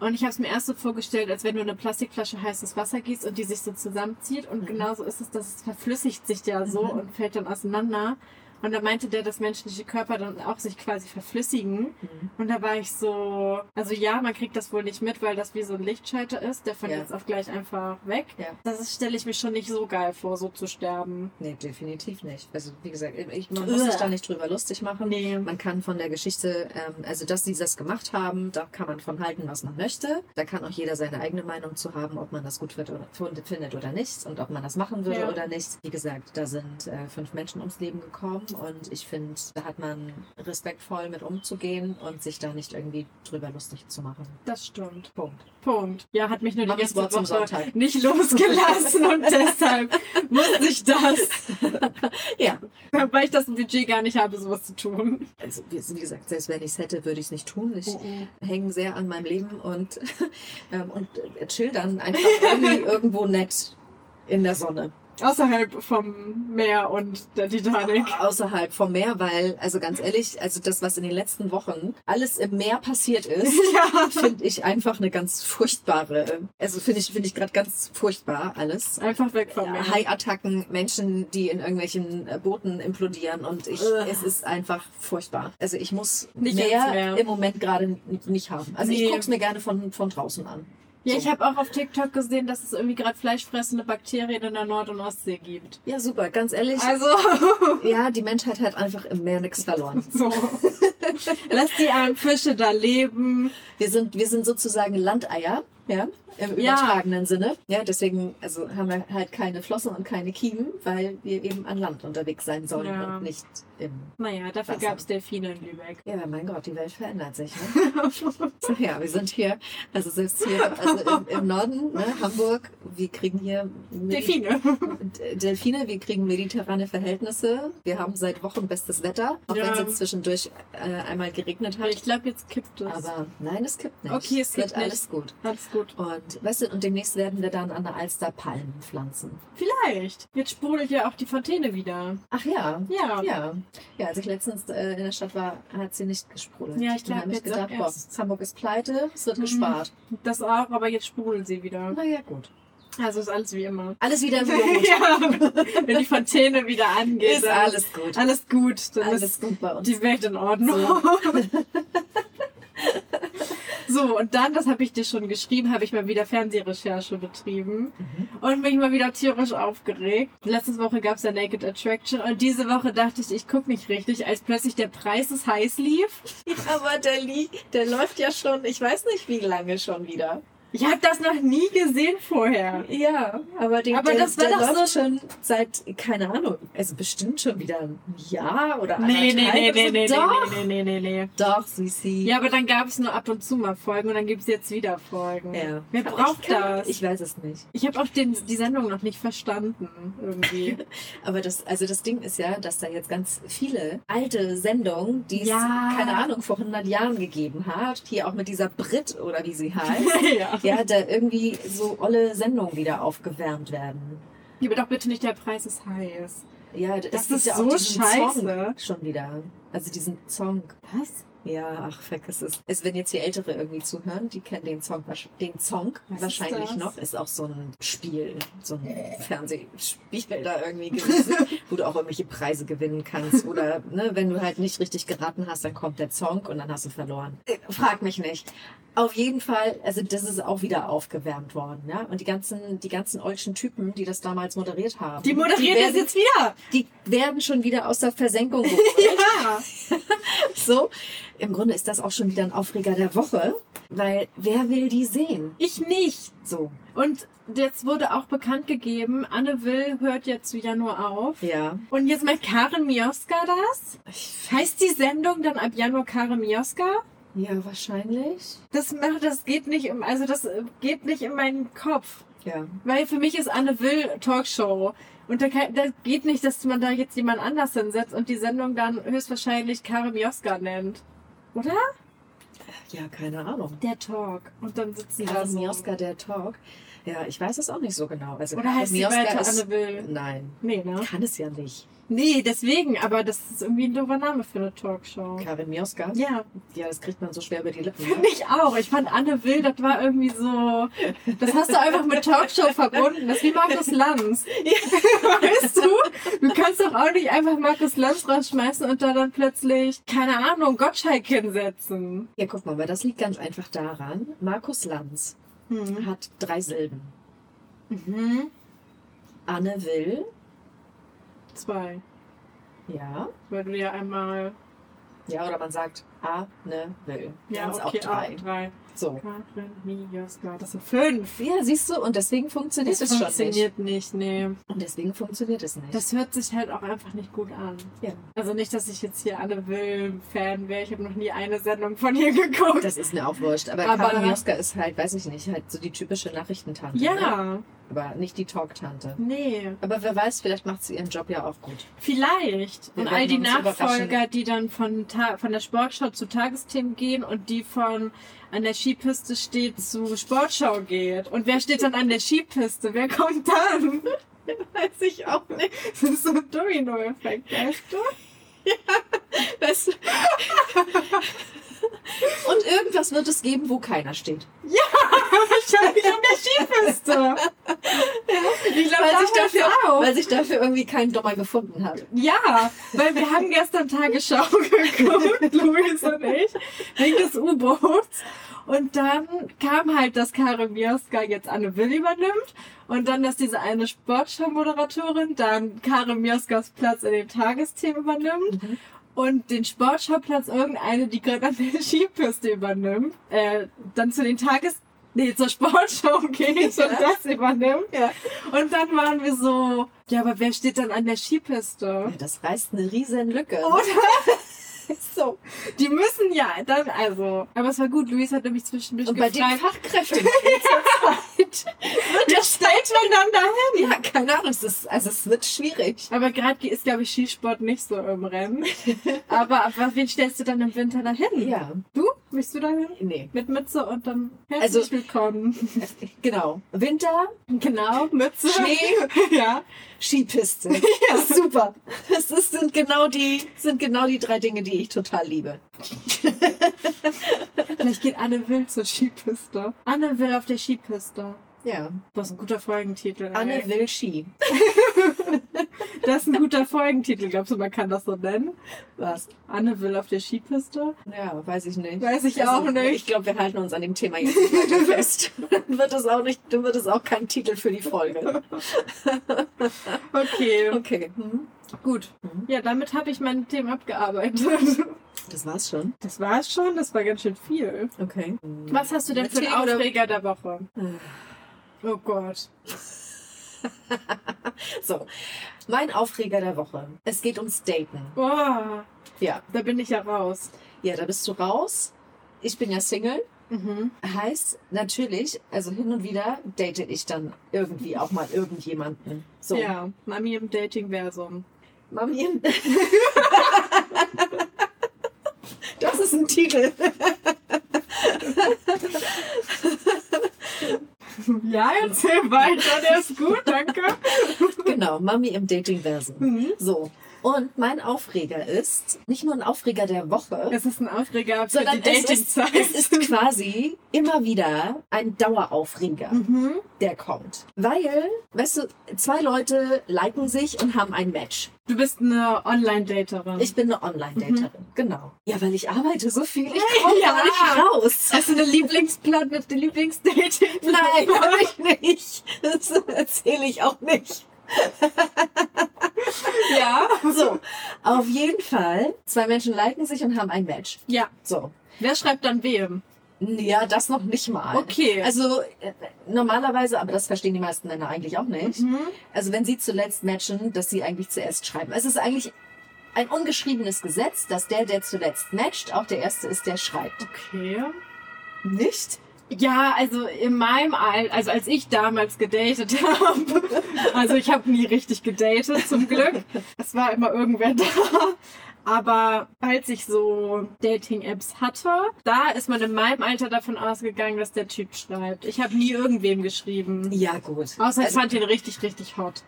S2: Und ich habe es mir erst so vorgestellt, als wenn du in eine Plastikflasche heißes Wasser gießt und die sich so zusammenzieht. Und
S3: Mhm.
S2: genauso ist es, dass es verflüssigt sich ja so
S3: Mhm.
S2: und fällt dann auseinander. Und da meinte der, dass menschliche Körper dann auch sich quasi verflüssigen.
S3: Mhm.
S2: Und da war ich so, also ja, man kriegt das wohl nicht mit, weil das wie so ein Lichtschalter ist, der von
S3: Ja.
S2: jetzt auf gleich einfach weg.
S3: Ja.
S2: Das stelle ich mir schon nicht so geil vor, so zu sterben.
S3: Nee, definitiv nicht. Also wie gesagt, ich, man muss
S2: Uah.
S3: sich da nicht drüber lustig machen.
S2: Nee.
S3: Man kann von der Geschichte, ähm, also dass sie das gemacht haben, da kann man von halten, was man möchte. Da kann auch jeder seine eigene Meinung zu haben, ob man das gut wird oder, fund- findet oder nicht und ob man das machen würde
S2: Ja.
S3: oder nicht. Wie gesagt, da sind äh, fünf Menschen ums Leben gekommen und ich finde, da hat man respektvoll mit umzugehen und sich da nicht irgendwie drüber lustig zu machen.
S2: Das stimmt.
S3: Punkt.
S2: Punkt. Ja, hat mich nur die
S3: Mach das
S2: ganze
S3: Wort zum
S2: Woche
S3: Sonntag.
S2: nicht losgelassen und deshalb musste ich das,
S3: Ja,
S2: weil ich das Budget gar nicht habe, sowas zu tun.
S3: also wie wie gesagt, selbst wenn ich es hätte, würde ich es nicht tun. Ich hängen sehr an meinem Leben und, ähm, und äh, chill dann einfach irgendwie irgendwo nett in der Sonne.
S2: Außerhalb vom Meer und der Titanic.
S3: Außerhalb vom Meer, weil, also ganz ehrlich, also das, was in den letzten Wochen alles im Meer passiert ist,
S2: Ja.
S3: finde ich einfach eine ganz furchtbare, also finde ich, finde ich gerade ganz furchtbar alles.
S2: Einfach weg vom Meer.
S3: halt Hai-Attacken, Menschen, die in irgendwelchen äh, Booten implodieren und ich,
S2: Ugh.
S3: es ist einfach furchtbar. Also ich muss
S2: Nicht
S3: mehr,
S2: jetzt mehr.
S3: im Moment gerade n- nicht haben. Also
S2: Nee.
S3: ich gucke es mir gerne von, von draußen an.
S2: Ja,
S3: So.
S2: ich habe auch auf TikTok gesehen, dass es irgendwie gerade fleischfressende Bakterien in der Nord- und Ostsee gibt.
S3: Ja, super, ganz ehrlich.
S2: Also,
S3: ja, die Menschheit hat einfach im Meer nichts verloren.
S2: so. Lass die armen Fische da leben.
S3: Wir sind, wir sind sozusagen Landeier, ja, im
S2: Ja.
S3: übertragenen Sinne. Ja, deswegen also haben wir halt keine Flossen und keine Kiemen, weil wir eben an Land unterwegs sein sollen
S2: Ja.
S3: und nicht im.
S2: Naja, dafür
S3: Wasser.
S2: gab's Delfine in Lübeck.
S3: Ja, mein Gott, die Welt verändert sich. Ne? ja, wir sind hier, also selbst hier also im, im Norden, ne, Hamburg, wir kriegen hier Medi-
S2: Delfine.
S3: D- Delfine, wir kriegen mediterrane Verhältnisse. Wir haben seit Wochen bestes Wetter, auch
S2: Ja.
S3: wenn es jetzt zwischendurch äh, einmal geregnet hat.
S2: Ich glaube, jetzt kippt es.
S3: Aber nein, es kippt nicht.
S2: Okay, es
S3: wird
S2: kippt nicht.
S3: alles gut.
S2: Alles gut.
S3: Und weißt du, und demnächst werden wir dann an der Alster Palmen pflanzen.
S2: Vielleicht. Jetzt sprudelt ja auch die Fontäne wieder.
S3: Ach ja.
S2: Ja.
S3: Ja. Ja, als ich letztens äh, in der Stadt war, hat sie nicht gesprudelt.
S2: Ja, ich glaub,
S3: Dann habe ich
S2: jetzt auch
S3: gedacht, boah,
S2: erst.
S3: Hamburg ist pleite, es wird
S2: Mhm.
S3: gespart.
S2: Das auch, aber jetzt sprudeln sie wieder.
S3: Naja, gut.
S2: Also ist alles wie immer.
S3: Alles wieder im Boot.
S2: ja. Wenn die Fontäne wieder angeht,
S3: Ist
S2: dann
S3: alles gut.
S2: alles gut. Dann
S3: Alles
S2: ist
S3: gut bei uns.
S2: die Welt in Ordnung. So, und dann, das habe ich dir schon geschrieben, habe ich mal wieder Fernsehrecherche betrieben
S3: Mhm.
S2: und mich mal wieder tierisch aufgeregt. Letzte Woche gab es ja Naked Attraction und diese Woche dachte ich, ich gucke nicht richtig, als plötzlich der Preis ist heiß lief.
S3: Aber der, Lee, der läuft ja schon, ich weiß nicht wie lange schon wieder.
S2: Ich habe das noch nie gesehen vorher.
S3: Ja, aber, den,
S2: Aber
S3: der,
S2: das war
S3: der
S2: doch
S3: läuft schon seit, keine Ahnung, also bestimmt schon wieder ein Jahr oder
S2: Nee, nee,
S3: anderthalb
S2: nee,
S3: oder so.
S2: nee, nee,
S3: Doch,
S2: nee, nee, nee, nee.
S3: doch, Sisi.
S2: Ja, aber dann gab es nur ab und zu mal Folgen und dann gibt es jetzt wieder Folgen.
S3: Ja.
S2: Wer
S3: Aber
S2: braucht
S3: ich kann,
S2: das?
S3: Ich weiß es nicht.
S2: Ich habe auch den, die Sendung noch nicht verstanden, irgendwie.
S3: Aber das, also das Ding ist ja, dass da jetzt ganz viele alte Sendungen, die es,
S2: Ja.
S3: keine Ahnung, vor 100 Jahren gegeben hat, hier auch mit dieser Brit oder wie sie heißt,
S2: ja.
S3: ja, da irgendwie so olle Sendungen wieder aufgewärmt werden.
S2: Aber doch bitte nicht, der Preis ist heiß.
S3: Ja, d-
S2: Das
S3: es gibt
S2: ist
S3: ja
S2: so
S3: auch diesen
S2: scheiße.
S3: Song schon wieder. Also diesen Song.
S2: Was?
S3: Ja, ach, vergiss es. Also wenn jetzt hier Ältere irgendwie zuhören, die kennen den Song, wahrsch- den Song
S2: Was ist
S3: wahrscheinlich
S2: das? Äh.
S3: noch. Ist auch so ein Spiel, so ein Fernsehspiel da irgendwie gewesen, wo du auch irgendwelche Preise gewinnen kannst. Oder ne, wenn du halt nicht richtig geraten hast, dann kommt der Song und dann hast du verloren. Äh, Frag mich nicht. Auf jeden Fall, also das ist auch wieder aufgewärmt worden, ja. Und die ganzen, die ganzen olschen Typen, die das damals moderiert haben.
S2: Die moderiert das
S3: werden-
S2: jetzt wieder.
S3: Die werden schon wieder aus der Versenkung geholt.
S2: Ja.
S3: So, im Grunde ist das auch schon wieder ein Aufreger der Woche, weil wer will die sehen?
S2: Ich nicht.
S3: So,
S2: Und jetzt wurde auch bekannt gegeben, Anne Will hört jetzt zu Januar auf.
S3: ja.
S2: Und jetzt macht Karen Mioska das? Heißt die Sendung dann ab Januar Karen Mioska?
S3: Ja, wahrscheinlich.
S2: Das macht, das geht nicht im, also das äh, geht nicht in meinen Kopf.
S3: Ja.
S2: Weil für mich ist Anne Will Talkshow. Und da, kann, da geht nicht, dass man da jetzt jemand anders hinsetzt und die Sendung dann höchstwahrscheinlich Karen Mioska nennt. Oder?
S3: Ja, keine Ahnung.
S2: Der Talk. Und dann sitzen da so.
S3: Kasimioska, der Talk. Ja, ich weiß es auch nicht so genau. Also,
S2: Oder heißt sie
S3: Kasimioska
S2: weiter
S3: ist-
S2: Anne Will?
S3: Nein,
S2: Nee, ne?
S3: kann es ja nicht.
S2: Nee, deswegen, aber das ist irgendwie ein doofer Name für eine Talkshow.
S3: Karin Mioska?
S2: Ja,
S3: Ja, das kriegt man so schwer über die Lippen. ne?
S2: finde ich auch. Ich fand Anne Will, das war irgendwie so. Das hast du einfach mit Talkshow verbunden. Das ist wie Markus Lanz. Weißt du? Du kannst doch auch nicht einfach Markus Lanz rausschmeißen und da dann plötzlich, keine Ahnung, Gottschalk hinsetzen.
S3: Ja, guck mal, aber das liegt ganz einfach daran, Markus Lanz
S2: Hm.
S3: hat drei Silben.
S2: Mhm.
S3: Anne Will,
S2: Zwei.
S3: ja.
S2: Weil du ja einmal.
S3: Ja, oder man sagt Anne Will.
S2: Ja,
S3: Dann ist
S2: okay,
S3: auch drei.
S2: Auch drei.
S3: So.
S2: Katrin, Mioska, das sind fünf.
S3: Ja, siehst du, und deswegen funktioniert
S2: Das
S3: es schon nicht.
S2: funktioniert nicht, nee.
S3: Und deswegen funktioniert es nicht.
S2: Das hört sich halt auch einfach nicht gut an.
S3: ja.
S2: Also nicht, dass ich jetzt hier Anne Will-Fan wäre. Ich habe noch nie eine Sendung von ihr geguckt.
S3: das ist mir auch wurscht. Aber,
S2: Aber-
S3: aber ist halt, weiß ich nicht, halt so die typische Nachrichtentante. Ne?
S2: ja,
S3: Aber nicht die Talktante.
S2: nee.
S3: Aber wer weiß, vielleicht macht sie ihren Job ja auch gut.
S2: Vielleicht.
S3: Wir
S2: und all
S3: werden
S2: die
S3: uns
S2: Nachfolger,
S3: überraschen.
S2: die dann von, Ta von der Sportschau zu Tagesthemen gehen und die von an der Skipiste steht zu Sportschau geht. Und wer steht dann an der Skipiste? Wer kommt dann? Weiß ich auch nicht. Das ist so ein Domino-Effekt, weißt du?
S3: Weißt du? Und irgendwas wird es geben, wo keiner steht.
S2: Wahrscheinlich an der Skipiste. Ich glaube,
S3: Weil sich, dafür,
S2: auch.
S3: weil sich dafür irgendwie kein Dommer gefunden hat.
S2: Ja, weil wir haben gestern Tagesschau geguckt, Luis und ich, wegen des U-Boots. Und dann kam halt, dass Karo Mioska jetzt Anne Will übernimmt. Und dann, dass diese eine Sportschau-Moderatorin dann Karo Mioskas Platz in dem Tagesteam übernimmt. Und den Sportschauplatz irgendeine, die gerade an der Skipiste übernimmt, äh, dann zu den Tages... Nee, zur Sportschau geht
S3: Ja.
S2: und das übernimmt.
S3: Ja.
S2: Und dann waren wir so, ja, aber wer steht dann an der Skipiste?
S3: Das reißt eine riesen Lücke.
S2: So, die müssen ja dann also. Aber es war gut, Luis hat nämlich zwischendurch
S3: Und bei
S2: gefragt.
S3: den Fachkräften.
S2: der stellt man dann dahin.
S3: ja, keine Ahnung, es, ist, also es wird schwierig.
S2: Aber gerade ist, glaube ich, Skisport nicht so im Rennen. aber, aber wen stellst du dann im Winter dahin?
S3: Ja,
S2: Du? Willst du dahin?
S3: nee.
S2: Mit Mütze und dann herzlich
S3: Also-
S2: willkommen.
S3: Genau. Winter,
S2: Genau, Mütze.
S3: Schnee,
S2: Ja.
S3: Skipiste. Das ist super. Das ist, sind, genau die, sind genau die drei Dinge, die ich total liebe.
S2: Vielleicht geht Anne Will zur Skipiste. Anne Will auf der Skipiste.
S3: Ja.
S2: Das ist ein guter Folgentitel. ey.
S3: Anne will Ski.
S2: Das ist ein guter Folgentitel. Glaubst du, man kann das so nennen?
S3: Was?
S2: Anne Will auf der Skipiste.
S3: Ja, weiß ich nicht.
S2: Weiß ich
S3: Also,
S2: auch nicht.
S3: Ich glaube, wir halten uns an dem Thema jetzt nicht weiter fest. Dann wird es auch nicht, dann wird es auch kein Titel für die Folge.
S2: Okay,
S3: Okay. Hm.
S2: gut.
S3: Mhm.
S2: Ja, damit habe ich meine Themen abgearbeitet.
S3: Das war's schon.
S2: Das war's schon, das war ganz schön viel.
S3: Okay.
S2: Was hast du denn für einen
S3: Tee oder-
S2: Aufreger der Woche? Oh Gott.
S3: So. Mein Aufreger der Woche. Es geht ums Daten.
S2: Boah,
S3: Ja.
S2: Oh, da bin ich ja raus.
S3: Ja, da bist du raus. Ich bin ja Single.
S2: Mhm.
S3: Heißt natürlich, also hin und wieder date ich dann irgendwie auch mal irgendjemanden. So.
S2: Ja, Mami im Dating-Versum.
S3: Mami. Das ist ein Titel.
S2: Ja, erzähl weiter, der ist gut, danke.
S3: Genau, Mami im Dating-Versum.
S2: Mhm.
S3: So. Und mein Aufreger ist nicht nur ein Aufreger der Woche,
S2: Es ist ein Aufreger für
S3: sondern
S2: die
S3: es ist,
S2: Dating-Zeit.
S3: es ist quasi immer wieder ein Daueraufreger,
S2: Mhm.
S3: der kommt. Weil, weißt du, zwei Leute liken sich und haben ein Match.
S2: Du bist eine Online-Daterin.
S3: Ich bin eine Online-Daterin, genau. Ja, weil ich arbeite so viel, ich komme
S2: Mhm. Ja.
S3: gar nicht raus.
S2: Hast du eine Lieblingsplot mit der Lieblingsdating?
S3: Nein, habe ich nicht. Das erzähle ich auch nicht.
S2: Ja.
S3: So, auf jeden Fall, zwei Menschen liken sich und haben ein Match.
S2: Ja.
S3: So.
S2: Wer schreibt dann wem?
S3: Ja, das noch nicht mal.
S2: Okay.
S3: Also äh, normalerweise, aber das verstehen die meisten Männer eigentlich auch nicht.
S2: Mhm.
S3: Also wenn sie zuletzt matchen, dass sie eigentlich zuerst schreiben. Es ist eigentlich ein ungeschriebenes Gesetz, dass der, der zuletzt matcht, auch der Erste ist, der schreibt.
S2: Okay.
S3: Nicht?
S2: Ja, also in meinem Alter, also als ich damals gedatet habe, also ich habe nie richtig gedatet, zum Glück. Es war immer irgendwer da. Aber als ich so Dating-Apps hatte, da ist man in meinem Alter davon ausgegangen, dass der Typ schreibt. Ich habe nie irgendwem geschrieben.
S3: Ja, gut.
S2: Außer ich
S3: Also-
S2: fand ihn richtig, richtig hot.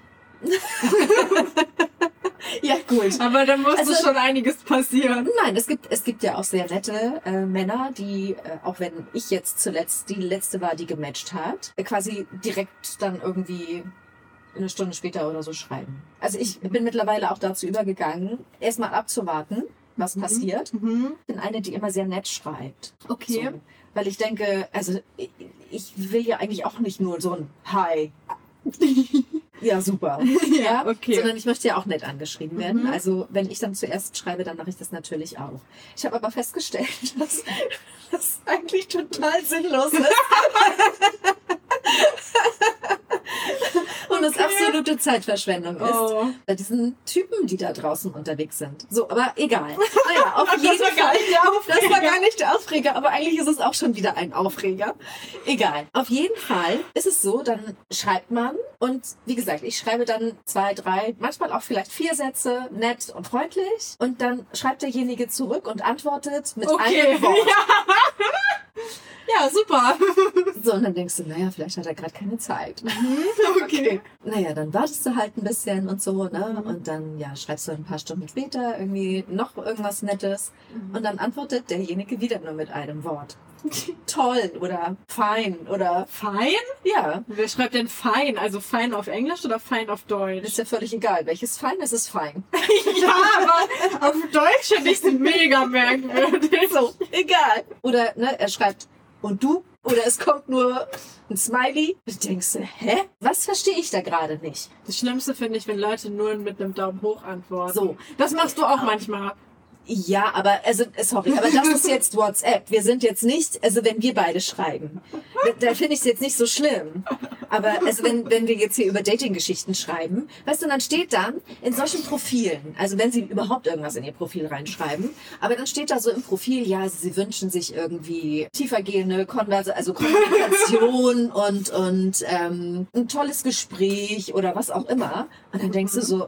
S3: Ja, gut.
S2: Aber da musste
S3: Also-
S2: schon einiges passieren.
S3: Nein, es gibt, es gibt ja auch sehr nette äh, Männer, die, äh, auch wenn ich jetzt zuletzt die letzte war, die gematcht hat, äh, quasi direkt dann irgendwie eine Stunde später oder so schreiben. Also ich bin mittlerweile auch dazu übergegangen, erstmal abzuwarten, was
S2: Mhm.
S3: passiert.
S2: Mhm.
S3: Ich bin eine, die immer sehr nett schreibt.
S2: Okay.
S3: So. Weil ich denke, also ich, ich will ja eigentlich auch nicht nur so ein Hi. Ja, super.
S2: Ja, okay.
S3: Sondern ich möchte ja auch nett angeschrieben werden.
S2: Mhm.
S3: Also wenn ich dann zuerst schreibe, dann mache ich das natürlich auch. Ich habe aber festgestellt, dass das eigentlich total sinnlos ist. Und es
S2: Okay.
S3: absolute Zeitverschwendung ist.
S2: Oh.
S3: Bei diesen Typen, die da draußen unterwegs sind. So, aber egal. Naja, auf
S2: Das
S3: jeden
S2: war gar
S3: Fall.
S2: nicht der
S3: Das war
S2: Aufreger.
S3: gar nicht der Aufreger, aber eigentlich ist es auch schon wieder ein Aufreger. Egal. Auf jeden Fall ist es so, dann schreibt man und wie gesagt, ich schreibe dann zwei, drei, manchmal auch vielleicht vier Sätze, nett und freundlich und dann schreibt derjenige zurück und antwortet mit
S2: Okay.
S3: einem Wort.
S2: Ja, super.
S3: So, und dann denkst du, naja, vielleicht hat er gerade keine Zeit.
S2: Okay.
S3: Naja, dann wartest du halt ein bisschen und so, ne? Und dann, ja, schreibst du ein paar Stunden später irgendwie noch irgendwas Nettes. Und dann antwortet derjenige wieder nur mit einem Wort. Toll oder fein oder,
S2: Fein?
S3: ja,
S2: Wer schreibt denn fein? Also fein auf Englisch oder fein auf Deutsch?
S3: ist ja völlig egal. Welches fein ist, ist fein.
S2: ja, aber auf Deutsch finde ich es mega merkwürdig.
S3: So, egal. Oder, ne, er schreibt, und du? Oder es kommt nur ein Smiley. Und du denkst, hä? Was verstehe ich da gerade nicht?
S2: Das Schlimmste finde ich, wenn Leute nur mit einem Daumen hoch antworten.
S3: So.
S2: Das machst du auch manchmal.
S3: Ja, aber, also, äh, sorry, aber das ist jetzt WhatsApp. Wir sind jetzt nicht, also, wenn wir beide schreiben, da, da finde ich es jetzt nicht so schlimm. Aber, also, wenn, wenn wir jetzt hier über Dating-Geschichten schreiben, weißt du, dann steht dann in solchen Profilen, also, wenn sie überhaupt irgendwas in ihr Profil reinschreiben, aber dann steht da so im Profil, ja, sie wünschen sich irgendwie tiefergehende Konverse, also Kommunikation und, und ähm, ein tolles Gespräch oder was auch immer. Und dann denkst du so,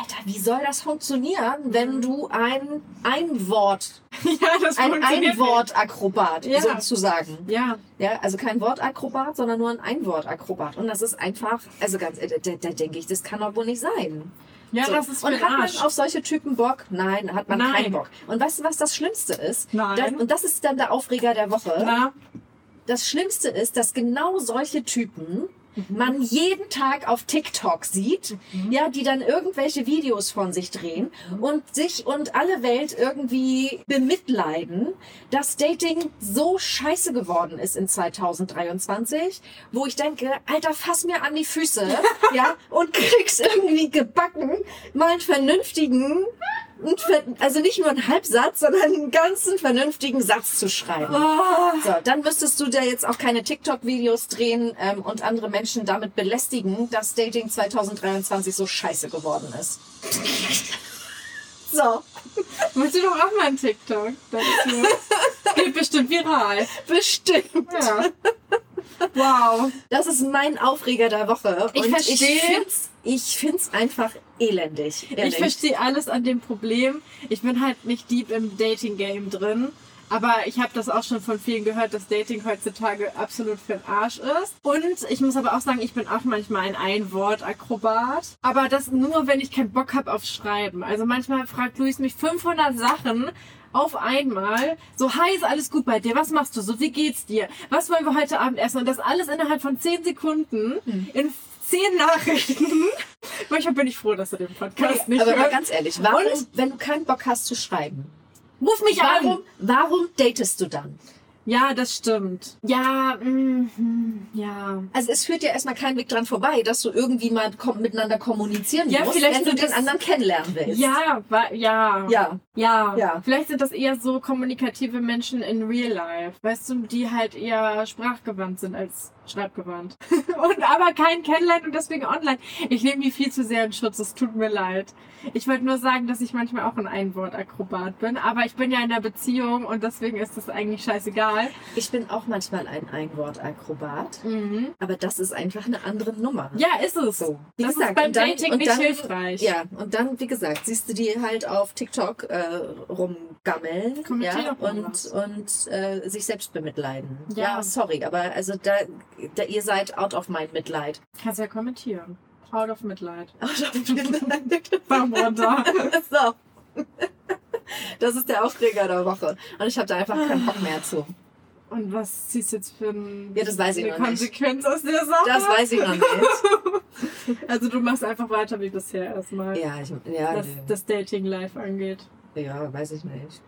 S3: Alter, wie soll das funktionieren, wenn du ein Einwort,
S2: Ja, Mhm. das
S3: ein
S2: funktioniert
S3: Einwortakrobat
S2: Ja.
S3: sozusagen.
S2: nicht. Ja.
S3: Ja, also kein Wortakrobat, sondern nur ein Einwortakrobat. Und das ist einfach, also ganz, ehrlich, da, da denke ich, das kann doch wohl nicht sein.
S2: Ja,
S3: So.
S2: das ist
S3: Und
S2: für
S3: hat
S2: den
S3: man
S2: Arsch.
S3: auf solche Typen Bock? Nein, hat man
S2: Nein.
S3: keinen Bock. Und weißt du, was das Schlimmste ist?
S2: Nein.
S3: Das, und das ist dann der Aufreger der Woche.
S2: Na,
S3: Das Schlimmste ist, dass genau solche Typen man jeden Tag auf TikTok sieht, ja, die dann irgendwelche Videos von sich drehen und sich und alle Welt irgendwie bemitleiden, dass Dating so scheiße geworden ist in 2023, wo ich denke, Alter, fass mir an die Füße, ja, und kriegst irgendwie gebacken, mal einen vernünftigen, einen ver- also nicht nur einen Halbsatz, sondern einen ganzen vernünftigen Satz zu schreiben. So, dann müsstest du dir jetzt auch keine TikTok-Videos drehen ähm, und andere Menschen damit belästigen, dass Dating 2023 so scheiße geworden ist. So,
S2: willst du doch auch mal einen TikTok dazu? Das geht bestimmt viral.
S3: bestimmt.
S2: Ja. Wow.
S3: Das ist mein Aufreger der Woche.
S2: Ich verstehe.
S3: Ich find's, ich find's einfach elendig.
S2: Ich
S3: ehrlich.
S2: verstehe alles an dem Problem. Ich bin halt nicht deep im Dating-Game drin. Aber ich habe das auch schon von vielen gehört, dass Dating heutzutage absolut für den Arsch ist. Und ich muss aber auch sagen, ich bin auch manchmal ein Einwort-Akrobat. Aber das nur, wenn ich keinen Bock habe auf Schreiben. Also manchmal fragt Luis mich 500 Sachen auf einmal. So, hi, ist alles gut bei dir? Was machst du so? Wie geht's dir? Was wollen wir heute Abend essen? Und das alles innerhalb von 10 Sekunden in 10 Nachrichten. Manchmal bin ich froh, dass du den Podcast nicht
S3: Aber mal
S2: hörst.
S3: ganz ehrlich, warum,
S2: Und-
S3: wenn du keinen Bock hast zu schreiben,
S2: Ruf mich an!
S3: warum, warum datest du dann?
S2: Ja, das stimmt. Ja, mhm, ja.
S3: Also es führt ja erstmal kein Weg dran vorbei, dass du irgendwie mal kom miteinander kommunizieren
S2: Ja,
S3: musst,
S2: vielleicht
S3: wenn du
S2: sind
S3: den
S2: das-
S3: anderen kennenlernen willst.
S2: Ja, wa- ja,
S3: Ja,
S2: ja,
S3: Ja.
S2: Vielleicht sind das eher so kommunikative Menschen in real life, weißt du, die halt eher sprachgewandt sind als schreibgewandt. und aber kein Kennenlernen und deswegen online. Ich nehme die viel zu sehr in Schutz, es tut mir leid. Ich wollte nur sagen, dass ich manchmal auch ein Einwortakrobat bin, aber ich bin ja in einer Beziehung und deswegen ist das eigentlich scheißegal.
S3: ich bin auch manchmal ein Einwortakrobat,
S2: Mhm.
S3: aber das ist einfach eine andere Nummer.
S2: Ja, ist es.
S3: So, wie
S2: Das
S3: gesagt,
S2: ist beim
S3: und dann,
S2: Dating
S3: und
S2: nicht
S3: dann,
S2: hilfreich.
S3: Ja, und dann, wie gesagt, siehst du die halt auf TikTok äh, rumgammeln
S2: Kommentier
S3: ja,
S2: doch mal
S3: und,
S2: was.
S3: und äh, sich selbst bemitleiden.
S2: Ja.
S3: sorry, aber also da, da ihr seid out of mein Mitleid.
S2: Kannst ja kommentieren. Out of Mitleid.
S3: Out of Mitleid.
S2: Bam runter.
S3: so. Das ist der Aufreger der Woche. Und ich habe da einfach keinen Bock mehr zu.
S2: Und was ziehst du jetzt für ein,
S3: Ja, das weiß ich
S2: eine
S3: noch nicht.
S2: Konsequenz aus der Sache?
S3: Das weiß ich noch nicht.
S2: also du machst einfach weiter wie bisher erstmal,
S3: Ja, ich, ja,
S2: was
S3: nee.
S2: das Dating-Life angeht.
S3: ja, weiß ich nicht.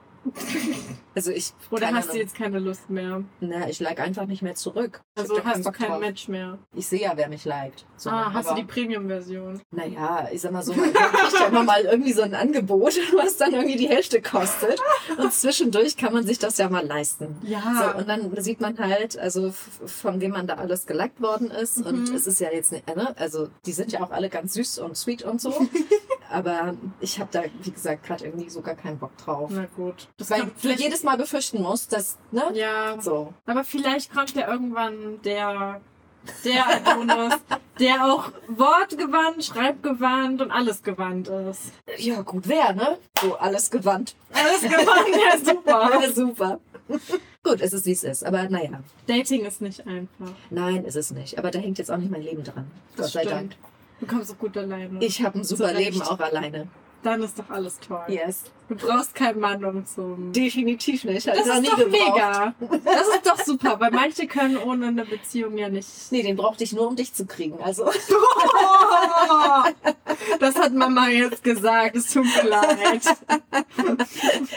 S3: Also ich.
S2: Oder
S3: keine
S2: hast du
S3: Ahnung.
S2: jetzt keine Lust mehr?
S3: Na, ich like einfach nicht mehr zurück. Ich hab
S2: Also
S3: da keinen
S2: hast du
S3: Bock
S2: kein
S3: drauf.
S2: Match mehr?
S3: Ich sehe ja, wer mich liked. So,
S2: ah, hast du
S3: aber-
S2: die Premium-Version?
S3: Naja, ich sag mal so, man kriegt ja immer mal irgendwie so ein Angebot, was dann irgendwie die Hälfte kostet. Und zwischendurch kann man sich das ja mal leisten.
S2: Ja.
S3: So, und dann sieht man halt, also f- von wem man da alles geliked worden ist. Und
S2: Mhm.
S3: es ist ja jetzt, nicht- ne, also die sind ja auch alle ganz süß und sweet und so. Aber ich habe da, wie gesagt, gerade irgendwie sogar keinen Bock drauf.
S2: Na gut. Das
S3: Weil
S2: kommt
S3: ich
S2: vielleicht.
S3: jedes Mal befürchten muss, dass, ne?
S2: Ja,
S3: So.
S2: aber vielleicht kommt ja irgendwann der, der Adonis, der auch wortgewandt, schreibgewandt und alles gewandt ist.
S3: Ja, gut, wer, ne? So, alles gewandt.
S2: Ah. Alles gewandt, ja super.
S3: Super. Gut, es ist wie es ist. Aber naja,
S2: Dating ist nicht einfach.
S3: nein, ist es nicht. Aber da hängt jetzt auch nicht mein Leben dran. Gott
S2: Das
S3: sei
S2: stimmt.
S3: Dank.
S2: Du kommst auch gut alleine.
S3: Ich habe ein super
S2: Zurecht.
S3: Leben auch alleine.
S2: Dann ist doch alles toll.
S3: Yes.
S2: Du brauchst keinen Mann um zum.
S3: Definitiv nicht. Hab
S2: Das
S3: ich noch
S2: ist
S3: nie
S2: doch
S3: gebraucht.
S2: mega. Das ist doch super, weil manche können ohne eine Beziehung ja nicht.
S3: Nee, den brauchte ich nur, um dich zu kriegen. Also,
S2: Oh, das hat Mama jetzt gesagt. Es tut mir leid.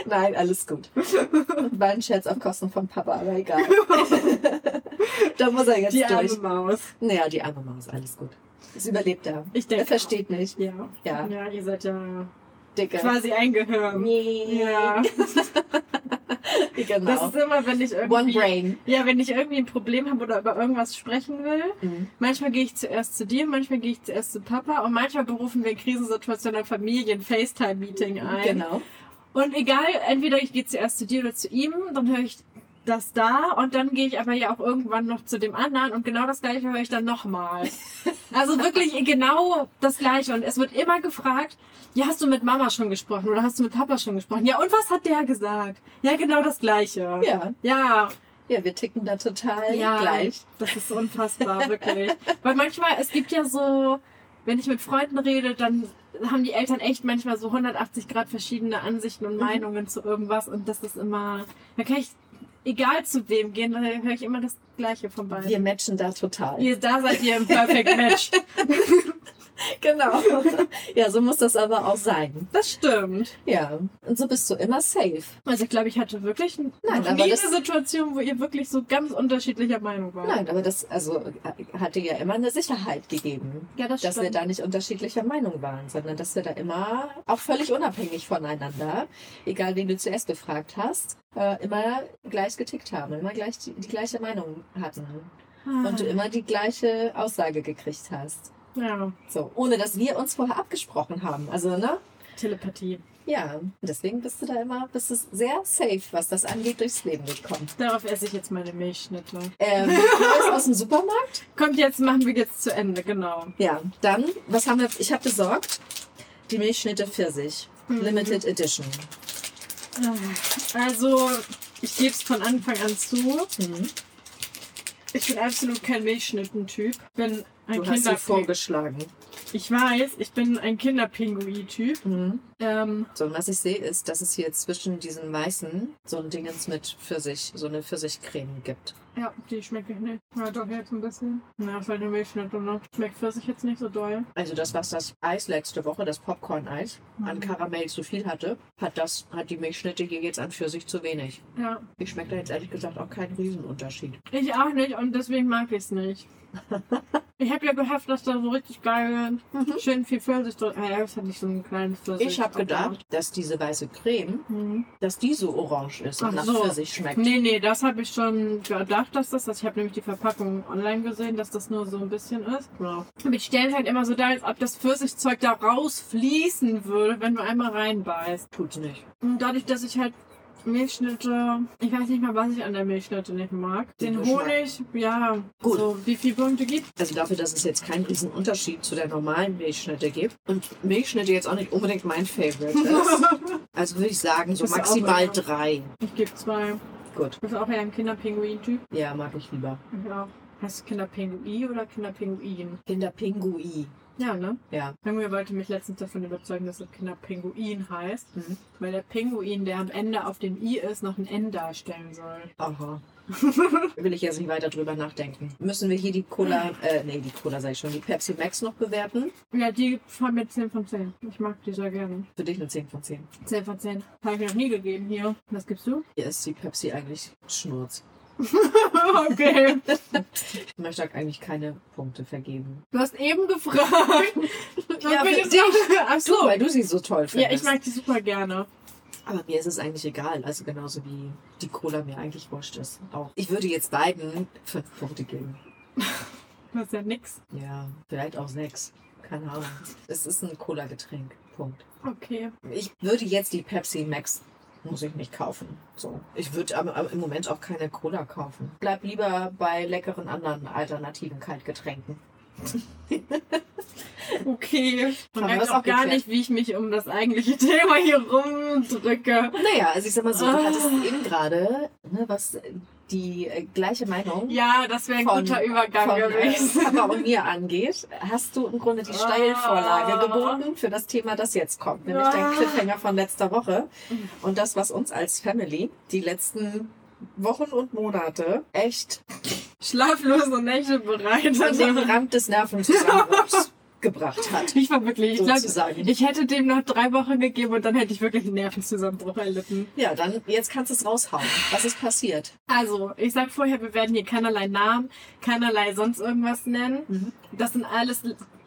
S3: nein, alles gut. War ein Scherz auf Kosten von Papa, aber egal. da muss er jetzt
S2: Die arme
S3: durch.
S2: Maus.
S3: Naja, die arme Maus, alles gut. Es überlebt er.
S2: Ich
S3: Er
S2: denke.
S3: versteht nicht.
S2: Ja.
S3: Ja.
S2: ja, ihr seid ja
S3: Dicker.
S2: quasi eingehört.
S3: Nee.
S2: Ja, das
S3: Genau.
S2: ist immer, wenn ich
S3: One
S2: irgendwie,
S3: Brain.
S2: ja, wenn ich irgendwie ein Problem habe oder über irgendwas sprechen will,
S3: Mhm.
S2: manchmal gehe ich zuerst zu dir, manchmal gehe ich zuerst zu Papa und manchmal berufen wir in Krisensituationen Familien-FaceTime-Meeting ein.
S3: Genau.
S2: Und egal, entweder ich gehe zuerst zu dir oder zu ihm, dann höre ich das da und dann gehe ich aber ja auch irgendwann noch zu dem anderen und genau das gleiche höre ich dann nochmal. Also wirklich genau das gleiche und es wird immer gefragt, ja, hast du mit Mama schon gesprochen oder hast du mit Papa schon gesprochen? Ja, und was hat der gesagt? Ja, genau das gleiche.
S3: Ja.
S2: Ja,
S3: ja, wir ticken da total
S2: ja,
S3: gleich.
S2: das ist unfassbar, wirklich. Weil manchmal, es gibt ja so, wenn ich mit Freunden rede, dann haben die Eltern echt manchmal so 180 Grad verschiedene Ansichten
S3: Mhm.
S2: und Meinungen zu irgendwas und das ist immer, da kann ich, egal zu wem gehen, da höre ich immer das Gleiche von beiden.
S3: Wir matchen da total.
S2: Ihr, da seid ihr im Perfect Match.
S3: Genau. ja, so muss das aber auch sein.
S2: Das stimmt.
S3: Ja. Und so bist du immer safe.
S2: Also ich glaube, ich hatte wirklich Nein,
S3: Nein,
S2: noch
S3: aber
S2: nie eine
S3: das-
S2: Situation, wo ihr wirklich so ganz unterschiedlicher Meinung wart.
S3: Nein, aber das also, äh, hatte ja immer eine Sicherheit gegeben.
S2: Ja, das
S3: dass wir
S2: stimmt.
S3: da nicht unterschiedlicher Meinung waren, sondern dass wir da immer auch völlig unabhängig voneinander, egal wen du zuerst befragt hast, äh, immer gleich getickt haben, immer gleich die, die gleiche Meinung hatten
S2: Ah,
S3: und äh, du immer die gleiche Aussage gekriegt hast.
S2: ja,
S3: So, ohne dass wir uns vorher abgesprochen haben. Also, ne?
S2: Telepathie.
S3: Ja, deswegen bist du da immer, bist du sehr safe, was das angeht, durchs Leben gekommen.
S2: Darauf esse ich jetzt meine Milchschnitte.
S3: Ähm, Neues aus dem Supermarkt?
S2: Kommt jetzt, machen wir jetzt zu Ende, genau.
S3: Ja, dann, was haben wir? Ich habe besorgt die Milchschnitte Pfirsich.
S2: Mhm.
S3: Limited Edition.
S2: Ah. Also, ich gebe es von Anfang an zu.
S3: Mhm.
S2: Ich bin absolut kein Milchschnitten-Typ. Ich bin
S3: Du hast
S2: ein
S3: sie
S2: Kinderpinguin.
S3: vorgeschlagen.
S2: Ich weiß, ich bin ein Kinderpinguin-Typ.
S3: Mhm.
S2: Ähm,
S3: So, und was ich sehe, ist, dass es hier zwischen diesen weißen so ein Dingens mit Pfirsich, so eine Pfirsichcreme gibt.
S2: ja, die schmeckt ich nicht. Ja, doch jetzt ein bisschen. Na, ist halt eine Milchschnitte, ne? Schmeckt für sich jetzt nicht so doll.
S3: Also das, was das Eis letzte Woche, das Popcorn-Eis, an
S2: Mhm.
S3: Karamell zu viel hatte, hat das, hat die Milchschnitte hier jetzt an Pfirsich zu wenig.
S2: Ja,
S3: Ich schmecke da jetzt ehrlich gesagt auch keinen Riesenunterschied.
S2: ich auch nicht und deswegen mag ich es nicht. Ich habe ja gehofft, dass da so richtig geil, schön viel Pfirsich drin Ah ja, es hat nicht so einen kleinen Pfirsich.
S3: Ich habe gedacht, dass diese weiße Creme,
S2: Mhm.
S3: dass die so orange ist
S2: Ach
S3: und nach
S2: so.
S3: Pfirsich schmeckt.
S2: Nee, nee, das habe ich schon gedacht, dass das das. Ich habe nämlich die Verpackung online gesehen, dass das nur so ein bisschen ist.
S3: Ja.
S2: Aber die stellen halt immer so da, als ob das Pfirsichzeug da rausfließen würde, wenn du einmal reinbeißt.
S3: Tut's nicht.
S2: Und dadurch, dass ich halt Milchschnitte, ich weiß nicht mal, was ich an der Milchschnitte nicht mag.
S3: Den
S2: Den
S3: Geschmack.
S2: Honig, ja.
S3: Gut.
S2: So, wie viele Punkte gibt
S3: Also dafür, dass es jetzt keinen riesen Unterschied zu der normalen Milchschnitte gibt und Milchschnitte jetzt auch nicht unbedingt mein Favorite ist. Also würde ich sagen, so
S2: Ist auch
S3: maximal
S2: egal.
S3: drei.
S2: Ich gebe zwei.
S3: Gut.
S2: Das ist auch eher ein Kinderpinguin-Typ.
S3: Ja, mag ich lieber.
S2: Ich auch. Heißt es Kinderpinguin oder Kinderpinguin?
S3: Kinderpingui.
S2: Ja, ne?
S3: Ja.
S2: Irgendwie wollte mich letztens davon überzeugen, dass es Kinderpinguin heißt.
S3: Mhm.
S2: Weil der Pinguin, der am Ende auf dem I ist, noch ein N darstellen soll.
S3: Aha. Will ich jetzt nicht weiter drüber nachdenken. Müssen wir hier die Cola, äh, nee, die Cola sei schon, die Pepsi Max noch bewerten?
S2: Ja, die haben mir 10 von 10. Ich mag die sehr gerne.
S3: Für dich eine 10 von 10.
S2: 10 von 10. Habe ich mir noch nie gegeben hier. Was gibst du?
S3: Hier ist die Pepsi eigentlich Schnurz.
S2: okay.
S3: Ich möchte eigentlich keine Punkte vergeben.
S2: Du hast eben gefragt.
S3: Ja,
S2: bin
S3: für
S2: ich
S3: dich.
S2: auch- Ach
S3: Du,
S2: so.
S3: weil du sie so toll
S2: Ja,
S3: findest.
S2: ich mag die super gerne.
S3: Aber mir ist es eigentlich egal. Also genauso wie die Cola mir eigentlich wurscht ist. Auch. Ich würde jetzt beiden fünf Punkte geben.
S2: Das ist ja nix.
S3: Ja, vielleicht auch sechs. Keine Ahnung. Es ist ein Cola-Getränk. Punkt.
S2: Okay.
S3: Ich würde jetzt die Pepsi Max muss ich nicht kaufen. So. Ich würde aber, aber im Moment auch keine Cola kaufen. Bleib lieber bei leckeren anderen alternativen Kaltgetränken.
S2: Okay. Man
S3: Haben wir
S2: merkt
S3: das
S2: auch gar
S3: abgeklärt?
S2: nicht, wie ich mich um das eigentliche Thema hier rumdrücke.
S3: Naja, also ich sag mal so,
S2: Ah.
S3: du hattest eben gerade ne, was äh, die äh, gleiche Meinung
S2: Ja, das wäre ein
S3: Von-
S2: guter Übergang
S3: von äh,
S2: gewesen.
S3: Papa und mir angeht. Hast du im Grunde die
S2: Ah.
S3: Steilvorlage geboten für das Thema, das jetzt kommt, nämlich
S2: Ah. Mhm.
S3: dein Cliffhanger von letzter Woche und das, was uns als Family die letzten Wochen und Monate echt
S2: Schlaflose Nächte Also
S3: an den
S2: bereitet.
S3: Rand des Nervenzusammenbruchs gebracht hat.
S2: Ich war wirklich, ich glaube,
S3: sozusagen.
S2: ich hätte dem noch drei Wochen gegeben und dann hätte ich wirklich einen Nervenzusammenbruch erlitten.
S3: Ja, dann jetzt kannst du es raushauen. Was ist passiert?
S2: Also, ich sag vorher, wir werden hier keinerlei Namen, keinerlei sonst irgendwas nennen.
S3: Mhm.
S2: Das sind alles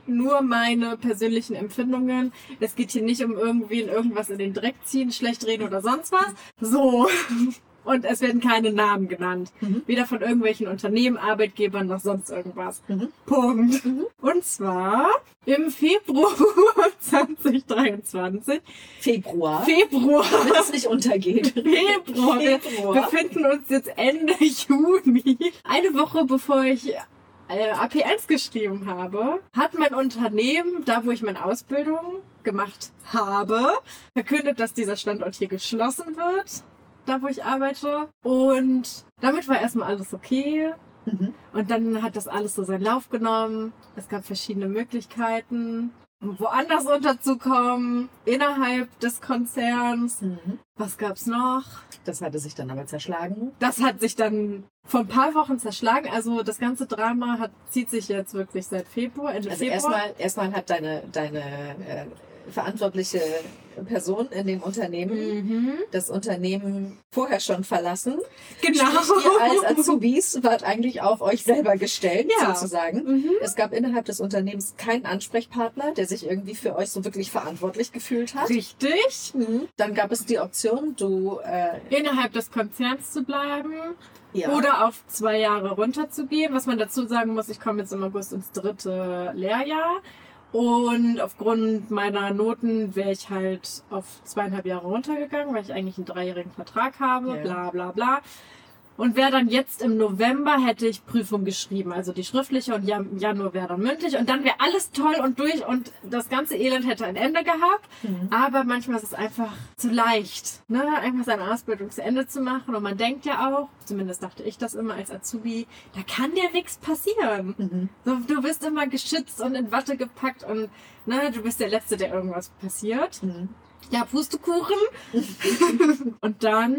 S2: nur meine persönlichen Empfindungen. Es geht hier nicht um irgendwen irgendwas in den Dreck ziehen, schlecht reden oder sonst was. So. Und es werden keine Namen genannt.
S3: Mhm.
S2: Weder von irgendwelchen Unternehmen, Arbeitgebern noch sonst irgendwas.
S3: Mhm.
S2: Punkt.
S3: Mhm.
S2: Und zwar im Februar 2023.
S3: Februar,
S2: Februar.
S3: damit es nicht untergeht.
S2: Februar. Wir
S3: Februar.
S2: befinden uns jetzt Ende Juni. Eine Woche bevor ich äh, AP1 geschrieben habe, hat mein Unternehmen, da wo ich meine Ausbildung gemacht habe, verkündet, dass dieser Standort hier geschlossen wird, da wo ich arbeite. Und damit war erstmal alles okay.
S3: Mhm.
S2: Und dann hat das alles so seinen Lauf genommen. Es gab verschiedene Möglichkeiten, um woanders unterzukommen, innerhalb des Konzerns.
S3: Mhm.
S2: Was gab's noch?
S3: Das hatte sich dann aber zerschlagen.
S2: das hat sich dann vor ein paar Wochen zerschlagen. Also das ganze Drama hat, zieht sich jetzt wirklich seit Februar, Ende
S3: Also
S2: Februar.
S3: erstmal, erstmal hat deine, deine äh, verantwortliche Person in dem Unternehmen
S2: Mhm.
S3: das Unternehmen vorher schon verlassen.
S2: Genau.
S3: Sprich, ihr als Azubis wart eigentlich auf euch selber gestellt,
S2: Ja.
S3: sozusagen.
S2: mhm.
S3: Es gab innerhalb des Unternehmens keinen Ansprechpartner, der sich irgendwie für euch so wirklich verantwortlich gefühlt hat.
S2: Richtig.
S3: Mhm. Dann gab es die Option, du äh,
S2: Innerhalb des Konzerns zu bleiben
S3: ja,
S2: oder auf zwei Jahre runterzugehen. Was man dazu sagen muss, ich komme jetzt im August ins dritte Lehrjahr. Und aufgrund meiner Noten wäre ich halt auf zweieinhalb Jahre runtergegangen, weil ich eigentlich einen dreijährigen Vertrag habe,
S3: Ja.
S2: bla bla bla. Und wäre dann jetzt im November, hätte ich Prüfung geschrieben, also die schriftliche und ja- im Januar wäre dann mündlich und dann wäre alles toll und durch und das ganze Elend hätte ein Ende gehabt.
S3: Mhm.
S2: Aber manchmal ist es einfach zu leicht, ne? einfach seine Ausbildung zu Ende zu machen und man denkt ja auch, zumindest dachte ich das immer als Azubi, da kann dir nichts passieren.
S3: Mhm.
S2: So, du bist immer geschützt und in Watte gepackt und ne, du bist der Letzte, der irgendwas passiert.
S3: Mhm.
S2: Ja, Pustekuchen. und dann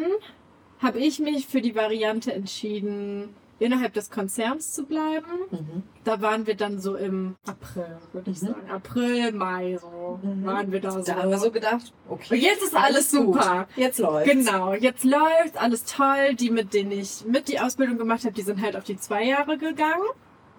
S2: habe ich mich für die Variante entschieden, innerhalb des Konzerns zu bleiben.
S3: Mhm.
S2: Da waren wir dann so im April, würde ich
S3: Mhm.
S2: sagen. April, Mai so
S3: Mhm.
S2: waren wir da so.
S3: Da haben wir so gedacht, okay,
S2: Und jetzt ist alles
S3: gut.
S2: super.
S3: Jetzt läuft's.
S2: Genau, jetzt läuft alles toll. Die, mit denen ich mit die Ausbildung gemacht habe, die sind halt auf die zwei Jahre gegangen.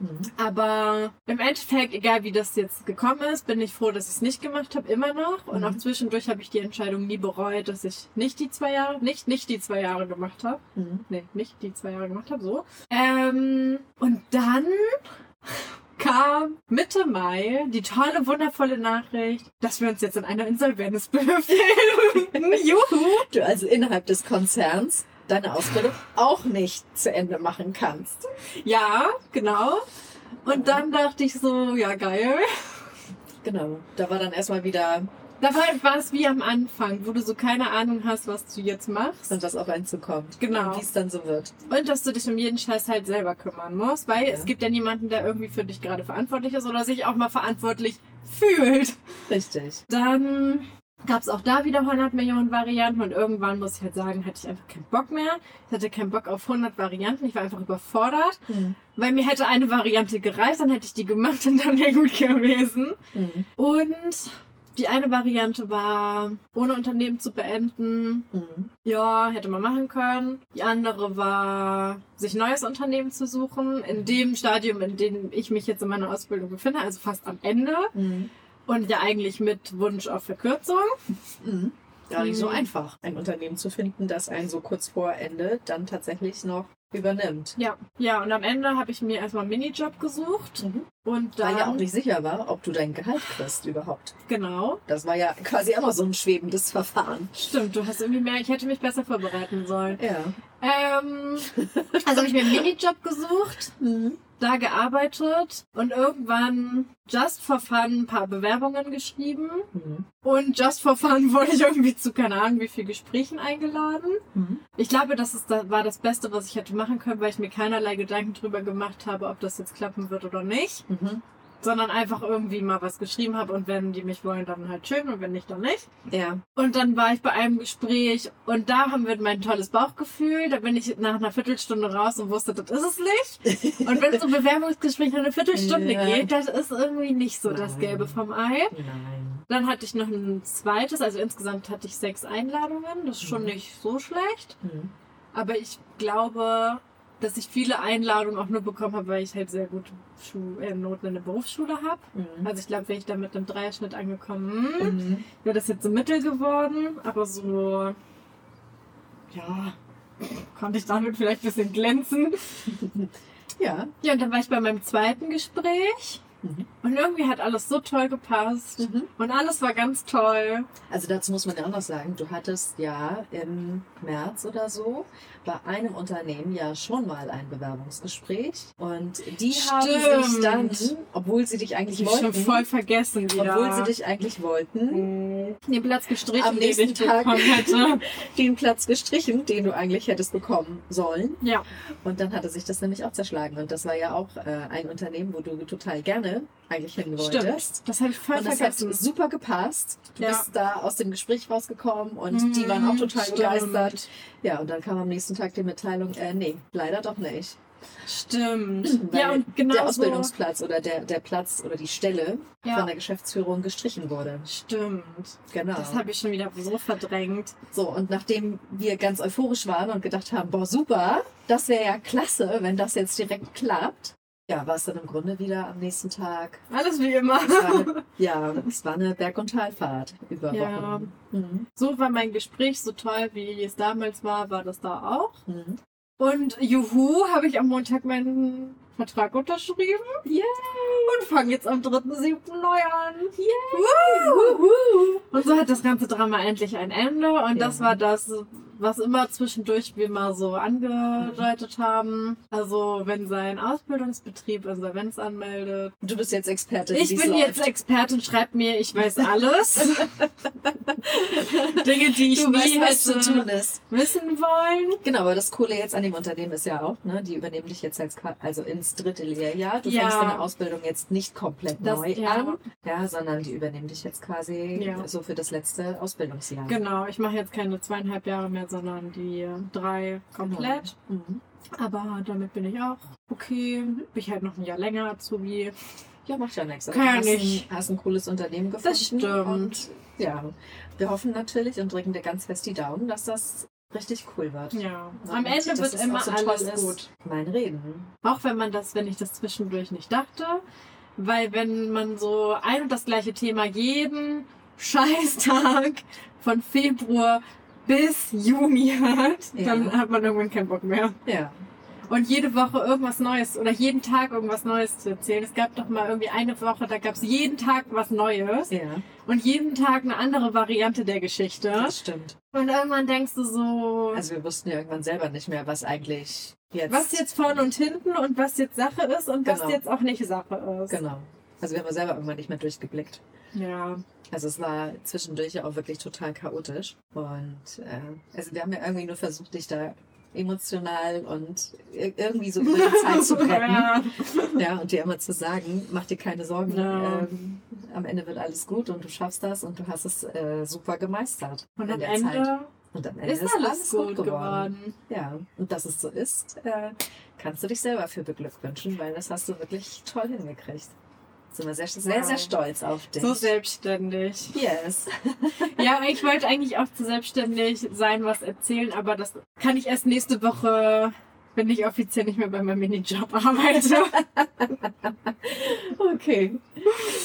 S3: Mhm.
S2: Aber im Endeffekt, egal wie das jetzt gekommen ist, bin ich froh, dass ich es nicht gemacht habe, immer noch. Und
S3: Mhm.
S2: auch zwischendurch habe ich die Entscheidung nie bereut, dass ich nicht die zwei Jahre, nicht, nicht die zwei Jahre gemacht habe.
S3: Mhm.
S2: Nee, nicht die zwei Jahre gemacht habe, so. Ähm, und dann kam Mitte Mai die tolle, wundervolle Nachricht, dass wir uns jetzt in einer Insolvenz befinden. Juhu!
S3: Du also innerhalb des Konzerns deine Ausbildung auch nicht zu Ende machen kannst.
S2: Ja, genau. Und dann dachte ich so, ja geil.
S3: Genau. Da war dann erstmal wieder,
S2: Da war, war es wie am Anfang, wo du so keine Ahnung hast, was du jetzt machst.
S3: und was auf einen zukommt.
S2: Genau.
S3: Wie es dann so wird.
S2: Und dass du dich um jeden Scheiß halt selber kümmern musst, weil
S3: Ja.
S2: es gibt ja niemanden, der irgendwie für dich gerade verantwortlich ist oder sich auch mal verantwortlich fühlt.
S3: Richtig.
S2: Dann gab's auch da wieder 100 Millionen Varianten und irgendwann muss ich halt sagen, hatte ich einfach keinen Bock mehr. Ich hatte keinen Bock auf 100 Varianten, ich war einfach überfordert,
S3: Mhm.
S2: weil mir hätte eine Variante gereicht, dann hätte ich die gemacht und dann wäre gut gewesen.
S3: Mhm.
S2: Und die eine Variante war, ohne Unternehmen zu beenden.
S3: Mhm.
S2: Ja, hätte man machen können. Die andere war, sich neues Unternehmen zu suchen. In dem Stadium, in dem ich mich jetzt in meiner Ausbildung befinde, also fast am Ende.
S3: Mhm.
S2: Und ja eigentlich mit Wunsch auf Verkürzung.
S3: Mhm. Gar nicht so
S2: Mhm.
S3: einfach, ein Unternehmen zu finden, das einen so kurz vor Ende dann tatsächlich noch übernimmt.
S2: Ja. Ja, und am Ende habe ich mir erstmal einen Minijob gesucht.
S3: Mhm.
S2: Und
S3: Weil
S2: dann,
S3: ja auch nicht sicher war, ob du dein Gehalt kriegst überhaupt.
S2: genau.
S3: Das war ja quasi immer so ein schwebendes Verfahren.
S2: Stimmt, du hast irgendwie mehr, ich hätte mich besser vorbereiten sollen.
S3: Ja. Mhm.
S2: Ähm, also habe ich mir einen Minijob gesucht. da gearbeitet und irgendwann just for fun ein paar Bewerbungen geschrieben.
S3: Mhm.
S2: Und just for fun wurde ich irgendwie zu keine Ahnung wie viel Gesprächen eingeladen.
S3: Mhm.
S2: Ich glaube, das ist, das war das Beste, was ich hätte machen können, weil ich mir keinerlei Gedanken drüber gemacht habe, ob das jetzt klappen wird oder nicht.
S3: Mhm.
S2: Sondern einfach irgendwie mal was geschrieben habe und wenn die mich wollen, dann halt schön und wenn nicht, dann nicht.
S3: Ja.
S2: Und dann war ich bei einem Gespräch und da haben wir mein tolles Bauchgefühl. Da bin ich nach einer Viertelstunde raus und wusste, das ist es nicht. Und wenn so ein Bewerbungsgespräch eine Viertelstunde
S3: Ja.
S2: geht, das ist irgendwie nicht so das
S3: Nein.
S2: Gelbe vom Ei.
S3: Nein.
S2: Dann hatte ich noch ein zweites, also insgesamt hatte ich sechs Einladungen. Das ist schon
S3: Mhm.
S2: nicht so schlecht.
S3: Mhm.
S2: Aber ich glaube, dass ich viele Einladungen auch nur bekommen habe, weil ich halt sehr gute Schu äh, Noten in der Berufsschule habe.
S3: Mhm.
S2: Also ich glaube, wäre ich da mit einem Dreierschnitt angekommen, hm,
S3: Mhm.
S2: wäre das jetzt so mittel geworden. Aber so, ja, konnte ich damit vielleicht ein bisschen glänzen.
S3: Ja.
S2: Ja, und dann war ich bei meinem zweiten Gespräch.
S3: Mhm.
S2: Und irgendwie hat alles so toll gepasst.
S3: Mhm.
S2: Und alles war ganz toll.
S3: Also dazu muss man ja auch noch sagen, du hattest ja im März oder so bei einem Unternehmen ja schon mal ein Bewerbungsgespräch und die haben sich
S2: Stimmt.
S3: dann, obwohl sie dich eigentlich
S2: Ich habe schon
S3: wollten,
S2: voll vergessen wieder.
S3: obwohl sie dich eigentlich wollten,
S2: den Platz gestrichen,
S3: Am nächsten
S2: den ich
S3: Tag.
S2: bekommen hätte.
S3: den Platz gestrichen, den du eigentlich hättest bekommen sollen.
S2: Ja.
S3: Und dann hatte sich das nämlich auch zerschlagen und das war ja auch äh, ein Unternehmen, wo du total gerne eigentlich hin wolltest.
S2: Das habe ich voll
S3: Und das hat
S2: vergessen.
S3: super gepasst. Du
S2: Ja. Mhm.
S3: bist da aus dem Gespräch rausgekommen und die waren auch total
S2: Stimmt.
S3: begeistert. Ja, und dann kam am nächsten Tag die Mitteilung, äh, nee, leider doch nicht.
S2: Stimmt.
S3: Weil
S2: Ja, und
S3: der
S2: genau so.
S3: Ausbildungsplatz oder der, der Platz oder die Stelle von
S2: Ja,
S3: der Geschäftsführung gestrichen wurde.
S2: stimmt.
S3: Genau.
S2: Das habe ich schon wieder so verdrängt.
S3: So, und nachdem wir ganz euphorisch waren und gedacht haben, boah, super, das wäre ja klasse, wenn das jetzt direkt klappt. Ja, war es dann im Grunde wieder am nächsten Tag.
S2: Alles wie immer.
S3: Es war halt eine, ja, es war eine Berg- und Talfahrt über
S2: Ja.
S3: Wochen. Mhm.
S2: So war mein Gespräch so toll, wie es damals war, war das da auch.
S3: Mhm.
S2: Und juhu, habe ich am Montag meinen Vertrag unterschrieben.
S3: Yay.
S2: Und fange jetzt am 3.7. neu an.
S3: Wuhu.
S2: Und so hat das ganze Drama endlich ein Ende. Und das
S3: Ja.
S2: war das, was immer zwischendurch wir mal so angedeutet haben. Also, wenn sein Ausbildungsbetrieb Insolvenz anmeldet.
S3: Du bist jetzt Expertin.
S2: Ich
S3: wie's
S2: bin
S3: läuft.
S2: jetzt Expertin, schreibt mir, ich weiß alles. Dinge, die ich
S3: du
S2: nie
S3: weißt, was zu tun
S2: hätte
S3: ist.
S2: wissen wollen.
S3: Genau, aber das Coole jetzt an dem Unternehmen ist ja auch, ne, die übernehmen dich jetzt als, Ka- also ins dritte Lehrjahr. Du
S2: Ja.
S3: fängst deine Ausbildung jetzt nicht komplett
S2: Das-
S3: neu
S2: ja.
S3: an, ja, sondern die übernehmen dich jetzt quasi
S2: Ja.
S3: so für das letzte Ausbildungsjahr.
S2: Genau, ich mache jetzt keine zweieinhalb Jahre mehr, sondern die drei komplett.
S3: Mhm.
S2: Aber damit bin ich auch okay. Bin ich halt noch ein Jahr länger Azubi.
S3: Ja, macht ja nichts. Also,
S2: Kann ja
S3: du hast
S2: nicht.
S3: Ein, hast ein cooles Unternehmen gefunden.
S2: Das stimmt.
S3: Und ja, wir hoffen natürlich und drücken dir ganz fest die Daumen, dass das richtig cool wird.
S2: Ja,
S3: Ja,
S2: am
S3: und
S2: Ende
S3: dass
S2: wird
S3: es auch
S2: immer
S3: so toll
S2: alles
S3: ist.
S2: gut.
S3: Mein Reden.
S2: Auch wenn man das, wenn ich das zwischendurch nicht dachte, weil wenn man so ein und das gleiche Thema jeden Scheißtag von Februar bis Juni hat,
S3: Ja.
S2: dann hat man irgendwann keinen Bock mehr.
S3: Ja.
S2: Und jede Woche irgendwas Neues oder jeden Tag irgendwas Neues zu erzählen. Es gab doch mal irgendwie eine Woche, da gab es jeden Tag was Neues
S3: Ja,
S2: und jeden Tag eine andere Variante der Geschichte.
S3: das stimmt.
S2: Und irgendwann denkst du so,
S3: Also wir wussten ja irgendwann selber nicht mehr, was eigentlich jetzt...
S2: was jetzt vorne und hinten und was jetzt Sache ist und was
S3: Genau.
S2: jetzt auch nicht Sache ist.
S3: Genau. Also wir haben ja selber irgendwann nicht mehr durchgeblickt.
S2: Ja.
S3: Also es war zwischendurch ja auch wirklich total chaotisch. Und äh, also wir haben ja irgendwie nur versucht, dich da emotional und ir- irgendwie so über die Zeit zu retten.
S2: ja. genau.
S3: Ja, und dir immer zu sagen, mach dir keine Sorgen,
S2: Ja.
S3: ähm, am Ende wird alles gut und du schaffst das und du hast es äh, super gemeistert.
S2: Und
S3: in
S2: am
S3: der
S2: Ende
S3: Zeit. Und am Ende
S2: ist alles, gut, geworden.
S3: Ja, und dass es so ist, äh, kannst du dich selber für beglückwünschen, weil das hast du wirklich toll hingekriegt. Sind wir sehr, sehr,
S2: Wow.
S3: sehr stolz auf dich.
S2: So selbstständig.
S3: Yes.
S2: Ja, ich wollte eigentlich auch zu selbstständig sein, was erzählen, aber das kann ich erst nächste Woche, wenn ich offiziell nicht mehr bei meinem Minijob arbeite.
S3: Okay.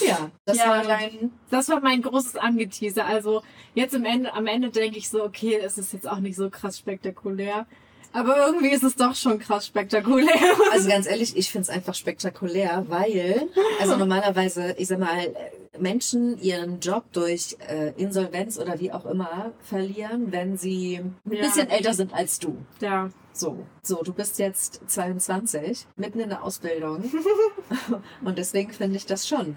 S3: Ja, das
S2: Ja.
S3: war dein.
S2: Das war mein großes Angeteaser. Also jetzt im Ende, am Ende denke ich so, okay, es ist jetzt auch nicht so krass spektakulär. Aber irgendwie ist es doch schon krass spektakulär.
S3: Also ganz ehrlich, also ich finde es einfach spektakulär, weil, also normalerweise, ich sag mal, äh, Menschen ihren Job durch äh, Insolvenz oder wie auch immer verlieren, wenn sie ein
S2: Ja.
S3: bisschen älter sind als du.
S2: Ja.
S3: So, so, du bist jetzt 22, mitten in der Ausbildung. Und deswegen finde ich das schon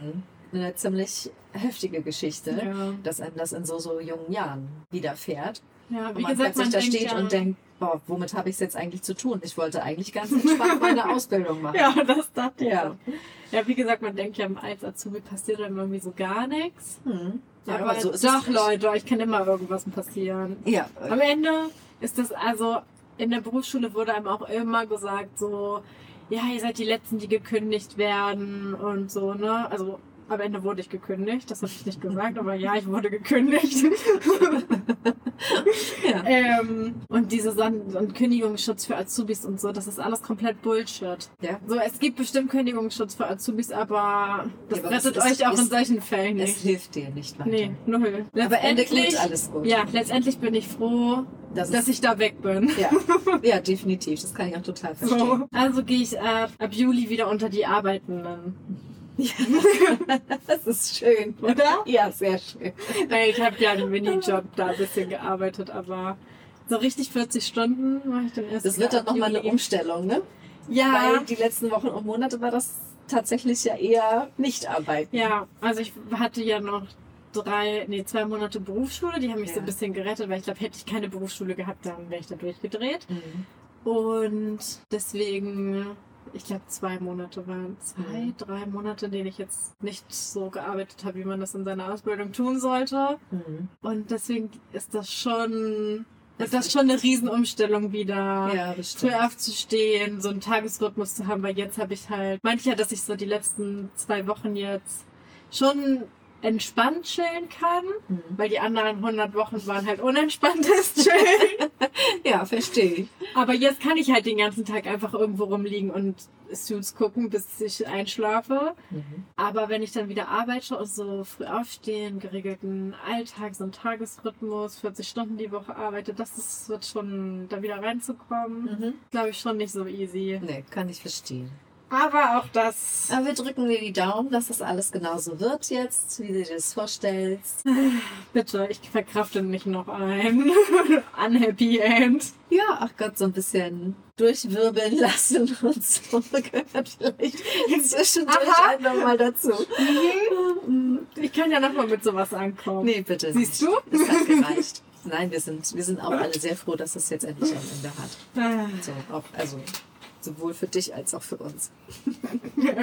S3: eine ziemlich heftige Geschichte,
S2: Ja.
S3: dass einem das in so, so jungen Jahren widerfährt.
S2: ja,
S3: Und
S2: wie
S3: man plötzlich
S2: gesagt, man
S3: da
S2: denkt
S3: steht
S2: ja,
S3: und denkt, boah, womit habe ich es jetzt eigentlich zu tun? Ich wollte eigentlich ganz entspannt meine Ausbildung machen.
S2: Ja, das dachte ich.
S3: Ja.
S2: Ja. ja, wie gesagt, man denkt ja im als Azubi passiert dann irgendwie so gar nichts.
S3: Hm. ja
S2: aber doch, Leute, euch kann immer irgendwas passieren.
S3: Ja, äh,
S2: Am Ende ist das also, in der Berufsschule wurde einem auch immer gesagt, so, ja, ihr seid die Letzten, die gekündigt werden und so, ne? Also am Ende wurde ich gekündigt, das habe ich nicht gesagt, aber ja, ich wurde gekündigt.
S3: ja.
S2: ähm, und diese Son- und Kündigungsschutz für Azubis und so, das ist alles komplett Bullshit.
S3: ja.
S2: So, es gibt bestimmt Kündigungsschutz für Azubis, aber das
S3: Ja, aber
S2: rettet
S3: es
S2: euch
S3: ist-
S2: auch in
S3: es-
S2: solchen Fällen
S3: Es
S2: nicht.
S3: hilft dir nicht weiter.
S2: Nee, null.
S3: Aber Ende gut,
S2: Letztendlich-
S3: alles gut.
S2: Ja, letztendlich bin ich froh,
S3: das
S2: Also, dass
S3: ist,
S2: ich da weg bin.
S3: ja. ja, definitiv. Das kann ich auch total verstehen.
S2: So. Also gehe ich ab, ab Juli wieder unter die Arbeitenden.
S3: Das ist schön.
S2: Oder?
S3: Ja, sehr schön.
S2: Ey, ich habe ja einen Minijob da ein bisschen gearbeitet, aber so richtig 40 Stunden mache ich dann erst.
S3: Das wird dann
S2: ab
S3: nochmal eine
S2: Juli.
S3: Umstellung, ne?
S2: Ja.
S3: Weil die letzten Wochen und Monate war das tatsächlich ja eher nicht arbeiten.
S2: Ja, also ich hatte ja noch drei, nee, zwei Monate Berufsschule, die haben mich
S3: Ja.
S2: so ein bisschen gerettet, weil ich glaube, hätte ich keine Berufsschule gehabt, dann wäre ich da durchgedreht.
S3: Mhm.
S2: Und deswegen, ich glaube, zwei Monate waren zwei,
S3: Mhm.
S2: drei Monate, in denen ich jetzt nicht so gearbeitet habe, wie man das in seiner Ausbildung tun sollte.
S3: Mhm.
S2: Und deswegen ist das schon,
S3: Das
S2: ist das
S3: ist-
S2: schon eine Riesenumstellung wieder.
S3: Ja, das
S2: Früh
S3: stimmt.
S2: aufzustehen, so einen Tagesrhythmus zu haben, weil jetzt habe ich halt, manchmal, dass ich so die letzten zwei Wochen jetzt schon entspannt chillen kann,
S3: Mhm.
S2: weil die anderen 100 Wochen waren halt unentspanntes Chillen.
S3: Ja, verstehe ich.
S2: Aber jetzt kann ich halt den ganzen Tag einfach irgendwo rumliegen und Suits gucken, bis ich einschlafe.
S3: Mhm.
S2: Aber wenn ich dann wieder arbeite und so früh aufstehen, geregelten Alltag, so einen Tagesrhythmus, 40 Stunden die Woche arbeite, das ist, wird schon, da wieder reinzukommen,
S3: Mhm.
S2: glaube ich schon nicht so easy.
S3: Nee, kann ich verstehen.
S2: Aber auch das.
S3: Aber wir drücken dir die Daumen, dass das alles genauso wird jetzt, wie du dir das vorstellst.
S2: Bitte, ich verkrafte nicht noch ein unhappy end.
S3: Ja, ach Gott, so ein bisschen durchwirbeln lassen und so gehört vielleicht zwischendurch
S2: Aha.
S3: auch nochmal dazu.
S2: Ich kann ja nochmal mit sowas ankommen.
S3: Nee, bitte.
S2: Siehst
S3: nicht. Das hat gereicht. Nein, wir sind, wir sind auch alle sehr froh, dass das jetzt endlich am Ende hat.
S2: Ah,
S3: So, auch, also sowohl für dich als auch für uns.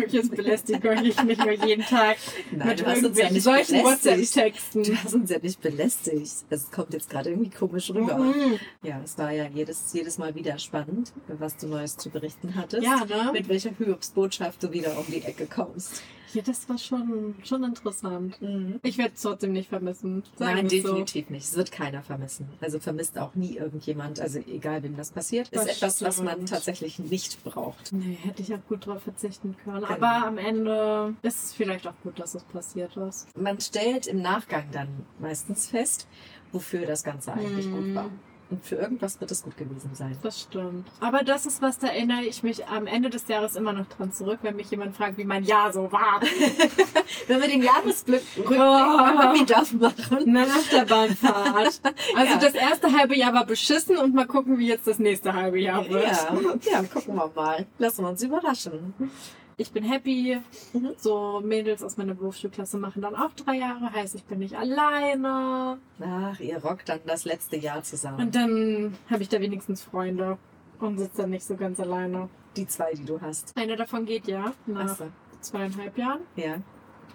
S2: Jetzt belästige ich mich nur jeden Tag
S3: Nein,
S2: mit
S3: du hast uns ja
S2: irgendwelchen
S3: nicht
S2: solchen
S3: belästigt. Du
S2: WhatsApp-Texten.
S3: hast uns ja nicht belästigt. Es kommt jetzt gerade irgendwie komisch rüber.
S2: Mhm.
S3: Ja, es war ja jedes, jedes Mal wieder spannend, was du Neues zu berichten hattest.
S2: Ja, ne?
S3: Mit welcher Hübsbotschaft du wieder um die Ecke kommst.
S2: Ja, das war schon, schon interessant. Ich werde es trotzdem nicht vermissen. Sagen
S3: Mhm. Nein,
S2: wir's so.
S3: definitiv nicht. Es wird keiner vermissen. Also vermisst auch nie irgendjemand, also egal wem das passiert, ist
S2: Das
S3: etwas, was man
S2: stimmt.
S3: tatsächlich nicht braucht.
S2: Nee, hätte ich auch gut drauf verzichten können.
S3: Genau.
S2: Aber am Ende ist es vielleicht auch gut, dass es passiert ist.
S3: Man stellt im Nachgang dann meistens fest, wofür das Ganze eigentlich gut
S2: Hm.
S3: war. Und für irgendwas wird es gut gewesen sein.
S2: Das stimmt. Aber das ist was, da erinnere ich mich am Ende des Jahres immer noch dran zurück, wenn mich jemand fragt, wie mein Jahr so war.
S3: Wenn wir den Jahresblick rückblick
S2: Oh.
S3: oh. wieder machen.
S2: Eine Achterbahnfahrt. Also
S3: Ja.
S2: das erste halbe Jahr war beschissen und mal gucken, wie jetzt das nächste halbe Jahr wird.
S3: Ja, ja, gucken wir mal. Lassen wir uns überraschen.
S2: Ich bin happy.
S3: Mhm.
S2: So Mädels aus meiner Berufsschulklasse machen dann auch drei Jahre. Heißt, ich bin nicht alleine.
S3: Ach, ihr rockt dann das letzte Jahr zusammen.
S2: Und dann habe ich da wenigstens Freunde und sitze dann nicht so ganz alleine.
S3: die zwei, die du hast.
S2: Einer davon geht ja nach
S3: Achso,
S2: zweieinhalb Jahren.
S3: ja.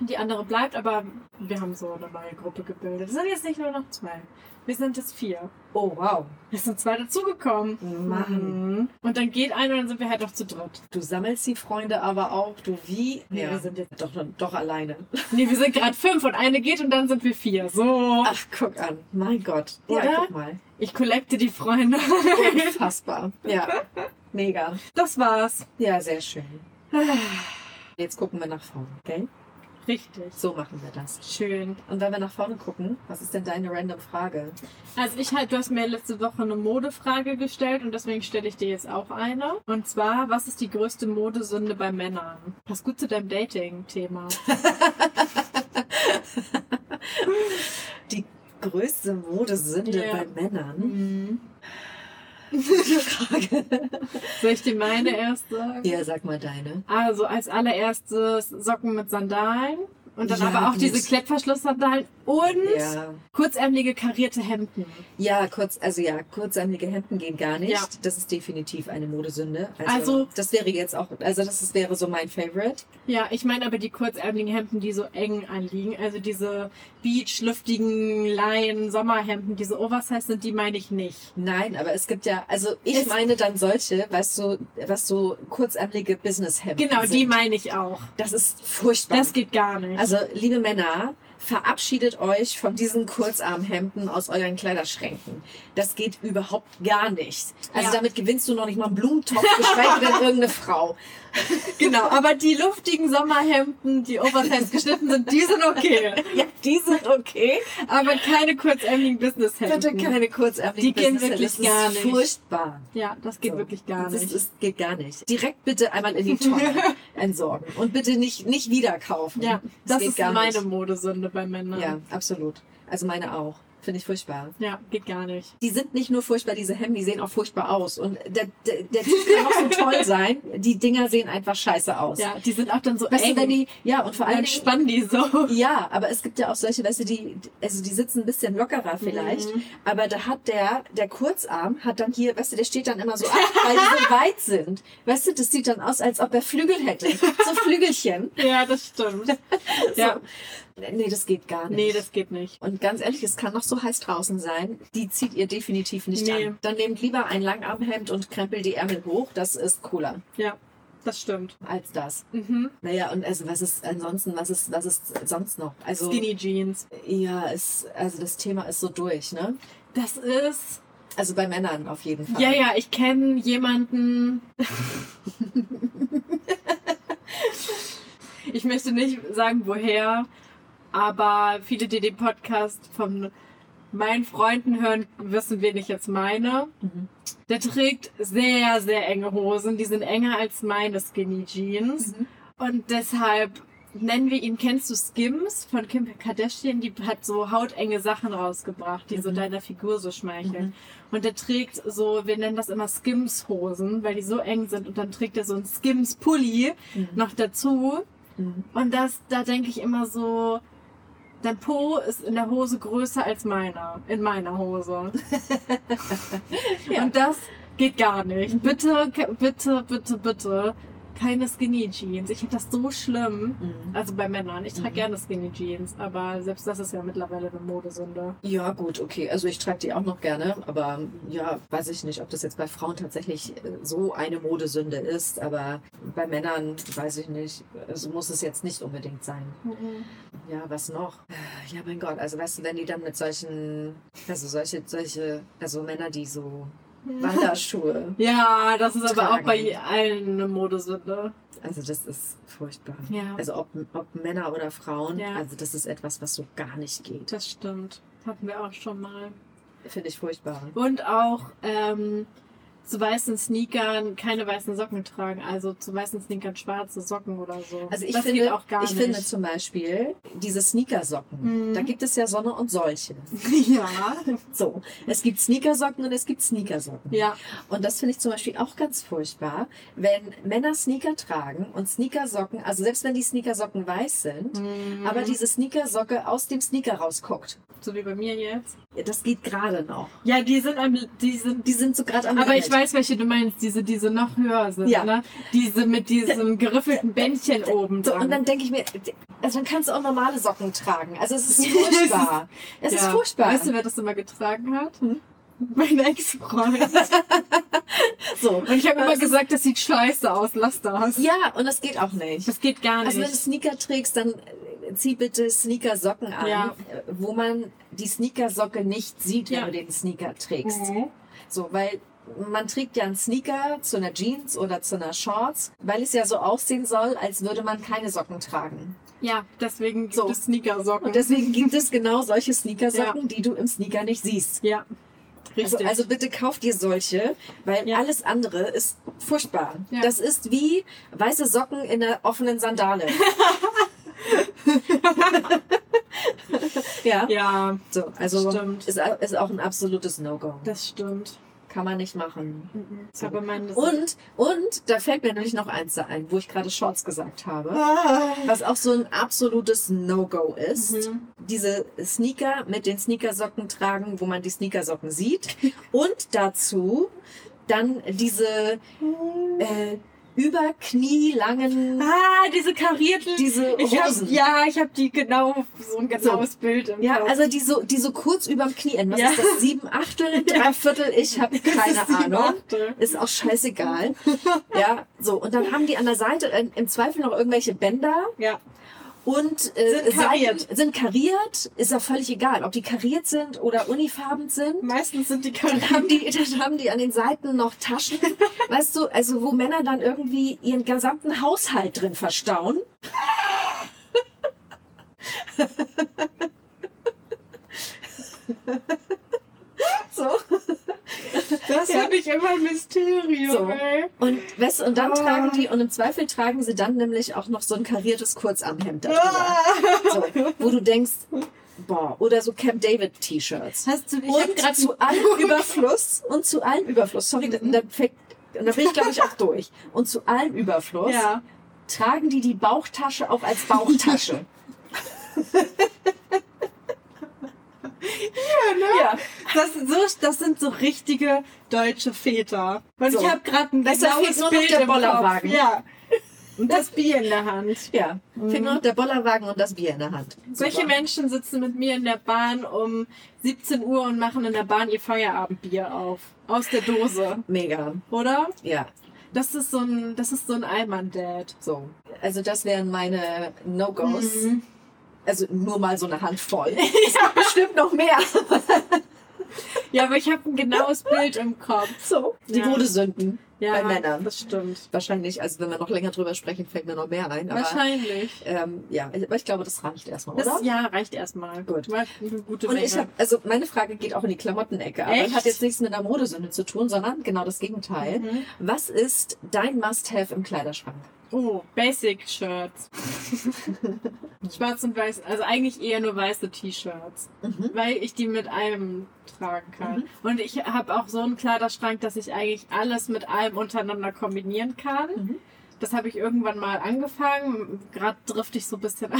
S2: Die andere bleibt, aber wir haben so eine neue Gruppe gebildet. Es sind jetzt nicht nur noch zwei. Wir sind jetzt vier.
S3: Oh, wow.
S2: Es sind zwei dazugekommen.
S3: Mann.
S2: Mhm. Und dann geht einer und dann sind wir halt auch zu dritt.
S3: Du sammelst die Freunde aber auch. Du wie? Nee,
S2: Ja.
S3: wir sind jetzt doch, doch alleine.
S2: Nee, wir sind gerade fünf und eine geht und dann sind wir vier. So.
S3: Ach, guck an. Mein Gott. Ja,
S2: Oder?
S3: guck mal.
S2: Ich collecte die Freunde.
S3: Unfassbar. Ja. Mega.
S2: Das war's.
S3: Ja, sehr schön. Jetzt gucken wir nach vorne, gell?
S2: Richtig.
S3: So machen wir das.
S2: Schön.
S3: Und wenn wir nach vorne gucken, was ist denn deine random Frage?
S2: Also ich halt, du hast mir letzte Woche eine Modefrage gestellt und deswegen stelle ich dir jetzt auch eine. Und zwar, was ist die größte Modesünde bei Männern? Passt gut zu deinem Dating-Thema.
S3: Die größte Modesünde
S2: Ja.
S3: bei Männern?
S2: Soll ich dir meine erst sagen?
S3: Ja, sag mal deine.
S2: Also als allererstes Socken mit Sandalen und dann
S3: Ja,
S2: aber auch
S3: gut.
S2: diese Klettverschlusssandalen und
S3: Ja.
S2: kurzärmelige karierte Hemden.
S3: Ja, kurz, also ja, kurzärmelige Hemden gehen gar nicht.
S2: Ja.
S3: Das ist definitiv eine Modesünde.
S2: Also-
S3: das wäre jetzt auch, also das ist, wäre so mein Favorite.
S2: Ja, ich meine aber die kurzärmeligen Hemden, die so eng anliegen, also diese beachlüftigen Laien, Sommerhemden, diese Oversize sind, die meine ich nicht.
S3: Nein, aber es gibt ja, also ich
S2: Es-
S3: meine dann solche, weißt du, was so kurzärmelige Business-Hemden
S2: Genau,
S3: sind.
S2: die meine ich auch.
S3: Das ist furchtbar.
S2: Das geht gar nicht.
S3: also, liebe Männer, verabschiedet euch von diesen Kurzarmhemden aus euren Kleiderschränken. Das geht überhaupt gar nicht. Also
S2: Ja.
S3: damit gewinnst du noch nicht mal einen Blumentopf, geschweige denn irgendeine Frau.
S2: genau, aber die luftigen Sommerhemden, die Oversize geschnitten sind, die sind okay.
S3: Ja, die sind okay.
S2: Aber keine kurzärmeligen Businesshemden.
S3: Bitte keine kurzärmeligen
S2: Die gehen
S3: Business-
S2: wirklich
S3: das ist
S2: gar nicht.
S3: furchtbar.
S2: Ja, das geht
S3: So.
S2: wirklich gar
S3: das
S2: nicht.
S3: Ist, geht gar nicht. Direkt bitte einmal in die Tonne entsorgen und bitte nicht, nicht wieder kaufen.
S2: Ja, das,
S3: geht
S2: ist
S3: gar
S2: meine
S3: nicht.
S2: Modesünde bei Männern.
S3: Ja, absolut. Also meine auch. Finde ich furchtbar.
S2: ja, geht gar nicht.
S3: Die sind nicht nur furchtbar, diese Hemden, die sehen auch furchtbar aus. Und der, der, der Typ kann auch so toll sein. Die Dinger sehen einfach scheiße aus.
S2: Ja, die sind auch dann so
S3: Weißt
S2: eng.
S3: du, wenn die, ja, und vor allem,
S2: dann spannen die so.
S3: ja, aber es gibt ja auch solche, weißt du, die, also die sitzen ein bisschen lockerer vielleicht,
S2: Mhm.
S3: aber da hat der, der Kurzarm hat dann hier, weißt du, der steht dann immer so ab, weil die so weit sind. Weißt du, das sieht dann aus, als ob er Flügel hätte. So Flügelchen.
S2: Ja, das stimmt. ja,
S3: Nee, das geht gar nicht.
S2: nee, das geht nicht.
S3: und ganz ehrlich, es kann noch so heiß draußen sein, die zieht ihr definitiv nicht
S2: Nee.
S3: an. Dann nehmt lieber ein Langarmhemd und krempelt die Ärmel hoch, das ist cooler
S2: Ja, das stimmt.
S3: als das.
S2: Mhm.
S3: Naja, und also was ist ansonsten, was ist, was ist sonst noch? Also
S2: Skinny Jeans.
S3: Ja, es, also das Thema ist so durch, ne?
S2: Das ist.
S3: Also bei Männern auf jeden Fall.
S2: Ja, ja, ich kenne jemanden. ich möchte nicht sagen, woher, aber viele, die den Podcast von meinen Freunden hören, wissen, wen ich jetzt meine.
S3: Mhm.
S2: Der trägt sehr, sehr enge Hosen. Die sind enger als meine Skinny Jeans.
S3: Mhm.
S2: Und deshalb nennen wir ihn, kennst du Skims von Kim Kardashian? Die hat so hautenge Sachen rausgebracht, die so
S3: Mhm.
S2: deiner Figur so schmeicheln.
S3: Mhm.
S2: Und der trägt so, wir nennen das immer Skims-Hosen, weil die so eng sind. Und dann trägt er so einen Skims-Pulli
S3: Mhm.
S2: noch dazu.
S3: Mhm.
S2: Und das, da denke ich immer so, dein Po ist in der Hose größer als meiner, in meiner Hose.
S3: Ja.
S2: Und das geht gar nicht. Bitte, ke- bitte, bitte, bitte. Keine Skinny Jeans. Ich finde das so schlimm.
S3: Mhm.
S2: Also bei Männern. Ich trage
S3: Mhm.
S2: gerne Skinny Jeans, aber selbst das ist ja mittlerweile eine Modesünde.
S3: Ja, gut, okay. Also ich trage die auch noch gerne, aber ja, weiß ich nicht, ob das jetzt bei Frauen tatsächlich äh, so eine Modesünde ist, aber bei Männern weiß ich nicht. Also muss es jetzt nicht unbedingt sein. Ja, was noch? Ja, mein Gott, also weißt du, wenn die dann mit solchen, also solche, solche, also Männer, die so Wanderschuhe,
S2: Ja, das ist aber auch
S3: Tragen.
S2: bei allen eine Modesünde.
S3: also das ist furchtbar.
S2: Ja,
S3: Also ob, ob Männer oder Frauen,
S2: Ja.
S3: also das ist etwas, was so gar nicht geht.
S2: das stimmt. Hatten wir auch schon mal.
S3: Finde ich furchtbar.
S2: Und auch ähm, zu weißen Sneakern keine weißen Socken tragen. Also zu weißen Sneakern schwarze Socken oder so.
S3: Also ich
S2: das
S3: finde,
S2: geht auch gar
S3: ich
S2: nicht.
S3: finde zum Beispiel diese Sneakersocken.
S2: Mhm.
S3: Da gibt es ja Sonne und solche.
S2: ja,
S3: So, es gibt Sneakersocken und es gibt Sneakersocken.
S2: ja,
S3: Und das finde ich zum Beispiel auch ganz furchtbar, wenn Männer Sneaker tragen und Sneakersocken, also selbst wenn die Sneakersocken weiß sind,
S2: Mhm.
S3: aber diese Sneakersocke aus dem Sneaker rausguckt.
S2: so wie bei mir jetzt.
S3: Ja, Das geht gerade noch.
S2: Ja, die sind am, die sind,
S3: Die sind so gerade am
S2: aber ich
S3: Limit.
S2: weiß, welche du meinst, diese, diese noch höher sind,
S3: Ja.
S2: ne? Diese mit diesem geriffelten Bändchen oben
S3: So,
S2: dran.
S3: und dann denke ich mir, also dann kannst du auch normale Socken tragen. Also es ist furchtbar. es ist
S2: Ja.
S3: furchtbar.
S2: Weißt du, wer das immer getragen hat?
S3: Hm?
S2: Mein Ex-Freund.
S3: so.
S2: Und ich habe immer gesagt, das sieht scheiße aus, lass das.
S3: Ja, und das geht auch nicht.
S2: Das geht gar nicht.
S3: Also wenn du Sneaker trägst, dann äh, zieh bitte Sneakersocken an,
S2: Ja.
S3: äh, wo man die Sneakersocke nicht sieht,
S2: Ja.
S3: wenn du den Sneaker trägst.
S2: Mhm.
S3: So, weil man trägt ja einen Sneaker zu einer Jeans oder zu einer Shorts, weil es ja so aussehen soll, als würde man keine Socken tragen.
S2: Ja, deswegen gibt
S3: So.
S2: es Sneakersocken.
S3: Und deswegen gibt es genau solche Sneakersocken, die du im Sneaker nicht siehst.
S2: ja,
S3: Also,
S2: richtig.
S3: also bitte kauft dir solche, weil
S2: Ja.
S3: alles andere ist furchtbar.
S2: Ja.
S3: Das ist wie weiße Socken in einer offenen Sandale. ja.
S2: ja,
S3: so, also
S2: Stimmt.
S3: Ist, au- ist auch ein absolutes No-Go.
S2: das stimmt.
S3: Kann man nicht machen.
S2: Mhm. Aber mein, das
S3: Und, und da fällt mir nämlich noch eins ein, wo ich gerade Shorts gesagt habe,
S2: Ah.
S3: was auch so ein absolutes No-Go ist.
S2: Mhm.
S3: Diese Sneaker mit den Sneakersocken tragen, wo man die Sneakersocken sieht. Und dazu dann diese äh, über Knie langen,
S2: Mhm. Ah, diese karierten.
S3: diese
S2: ich hab,
S3: Hosen.
S2: ja, ich habe die genau so ein genaues Bild im
S3: Ja,
S2: Kopf.
S3: also die so, die so kurz überm Knie enden. Was
S2: Ja.
S3: ist das? Sieben Achtel,
S2: Ja.
S3: drei Viertel? Ich habe
S2: Das
S3: keine
S2: ist die
S3: Ahnung.
S2: Warte.
S3: Ist auch scheißegal. ja, so. Und dann haben die an der Seite äh, im Zweifel noch irgendwelche Bänder
S2: Ja,
S3: und äh,
S2: Sind kariert.
S3: Seiten- sind kariert. Ist ja völlig egal, ob die kariert sind oder unifarben sind.
S2: meistens sind die
S3: Dann
S2: karierten.
S3: haben, die, dann haben die an den Seiten noch Taschen, weißt du, also wo Männer dann irgendwie ihren gesamten Haushalt drin verstauen. so.
S2: Das
S3: Ja.
S2: finde ich immer ein Mysterium.
S3: So.
S2: Ey.
S3: Und, weißt, du, und dann
S2: Ah.
S3: tragen die, und im Zweifel tragen sie dann nämlich auch noch so ein kariertes Kurzarmhemd darüber.
S2: Ah.
S3: So, wo du denkst, boah, oder so Camp David T-Shirts.
S2: Hast du dich
S3: Und
S4: grad-
S3: zu allem Überfluss und zu allem Überfluss, sorry, da, da, fängt- da bin ich glaube ich auch durch. Und zu allem Überfluss
S2: Ja.
S3: tragen die die Bauchtasche auch als Bauchtasche.
S2: ne?
S3: ja,
S2: Das, sind so, das sind so richtige deutsche Väter. Und
S3: So.
S2: ich habe gerade ein
S3: Besser fehlt
S2: genaues
S3: nur noch
S2: Bild
S3: der
S2: im Kopf.
S3: Bollerwagen.
S2: Ja. Und das Bier in der Hand.
S3: ja. Fehlt nur noch der Bollerwagen und das Bier in der Hand.
S2: Solche
S3: Super.
S2: Menschen sitzen mit mir in der Bahn um 17 Uhr und machen in der Bahn ihr Feierabendbier auf. Aus der Dose,
S3: Mega,
S2: oder?
S3: ja.
S2: Das ist so ein, das ist so ein Allmann-Dad.
S3: So, also das wären meine No-Gos.
S2: Mhm.
S3: Also nur mal so eine Handvoll. Es gibt bestimmt noch mehr.
S2: Ja, aber ich habe ein genaues Bild im Kopf.
S3: So, die
S2: Ja.
S3: Modesünden
S2: Ja,
S3: bei Männern.
S2: das stimmt.
S3: Wahrscheinlich, also wenn wir noch länger drüber sprechen, fällt mir noch mehr ein. Aber
S2: Wahrscheinlich.
S3: ähm, ja, aber ich glaube, das reicht erstmal,
S2: Das
S3: oder?
S2: Jahr reicht erstmal.
S3: Gut.
S2: Mal Eine gute
S3: Und
S2: Menge.
S3: ich habe, also meine Frage geht auch in die Klamottenecke, aber
S2: Echt?
S3: hat jetzt nichts mit einer Modesünde zu tun, sondern genau das Gegenteil.
S2: Mhm.
S3: Was ist dein Must-Have im Kleiderschrank?
S2: Oh, Basic-Shirts. Schwarz und weiß, also eigentlich eher nur weiße T-Shirts.
S3: Mhm.
S2: weil ich die mit allem tragen kann.
S3: Mhm.
S2: Und ich habe auch so einen Kleiderschrank, dass ich eigentlich alles mit allem untereinander kombinieren kann.
S3: Mhm.
S2: Das habe ich irgendwann mal angefangen. Gerade drifte ich so ein bisschen ab.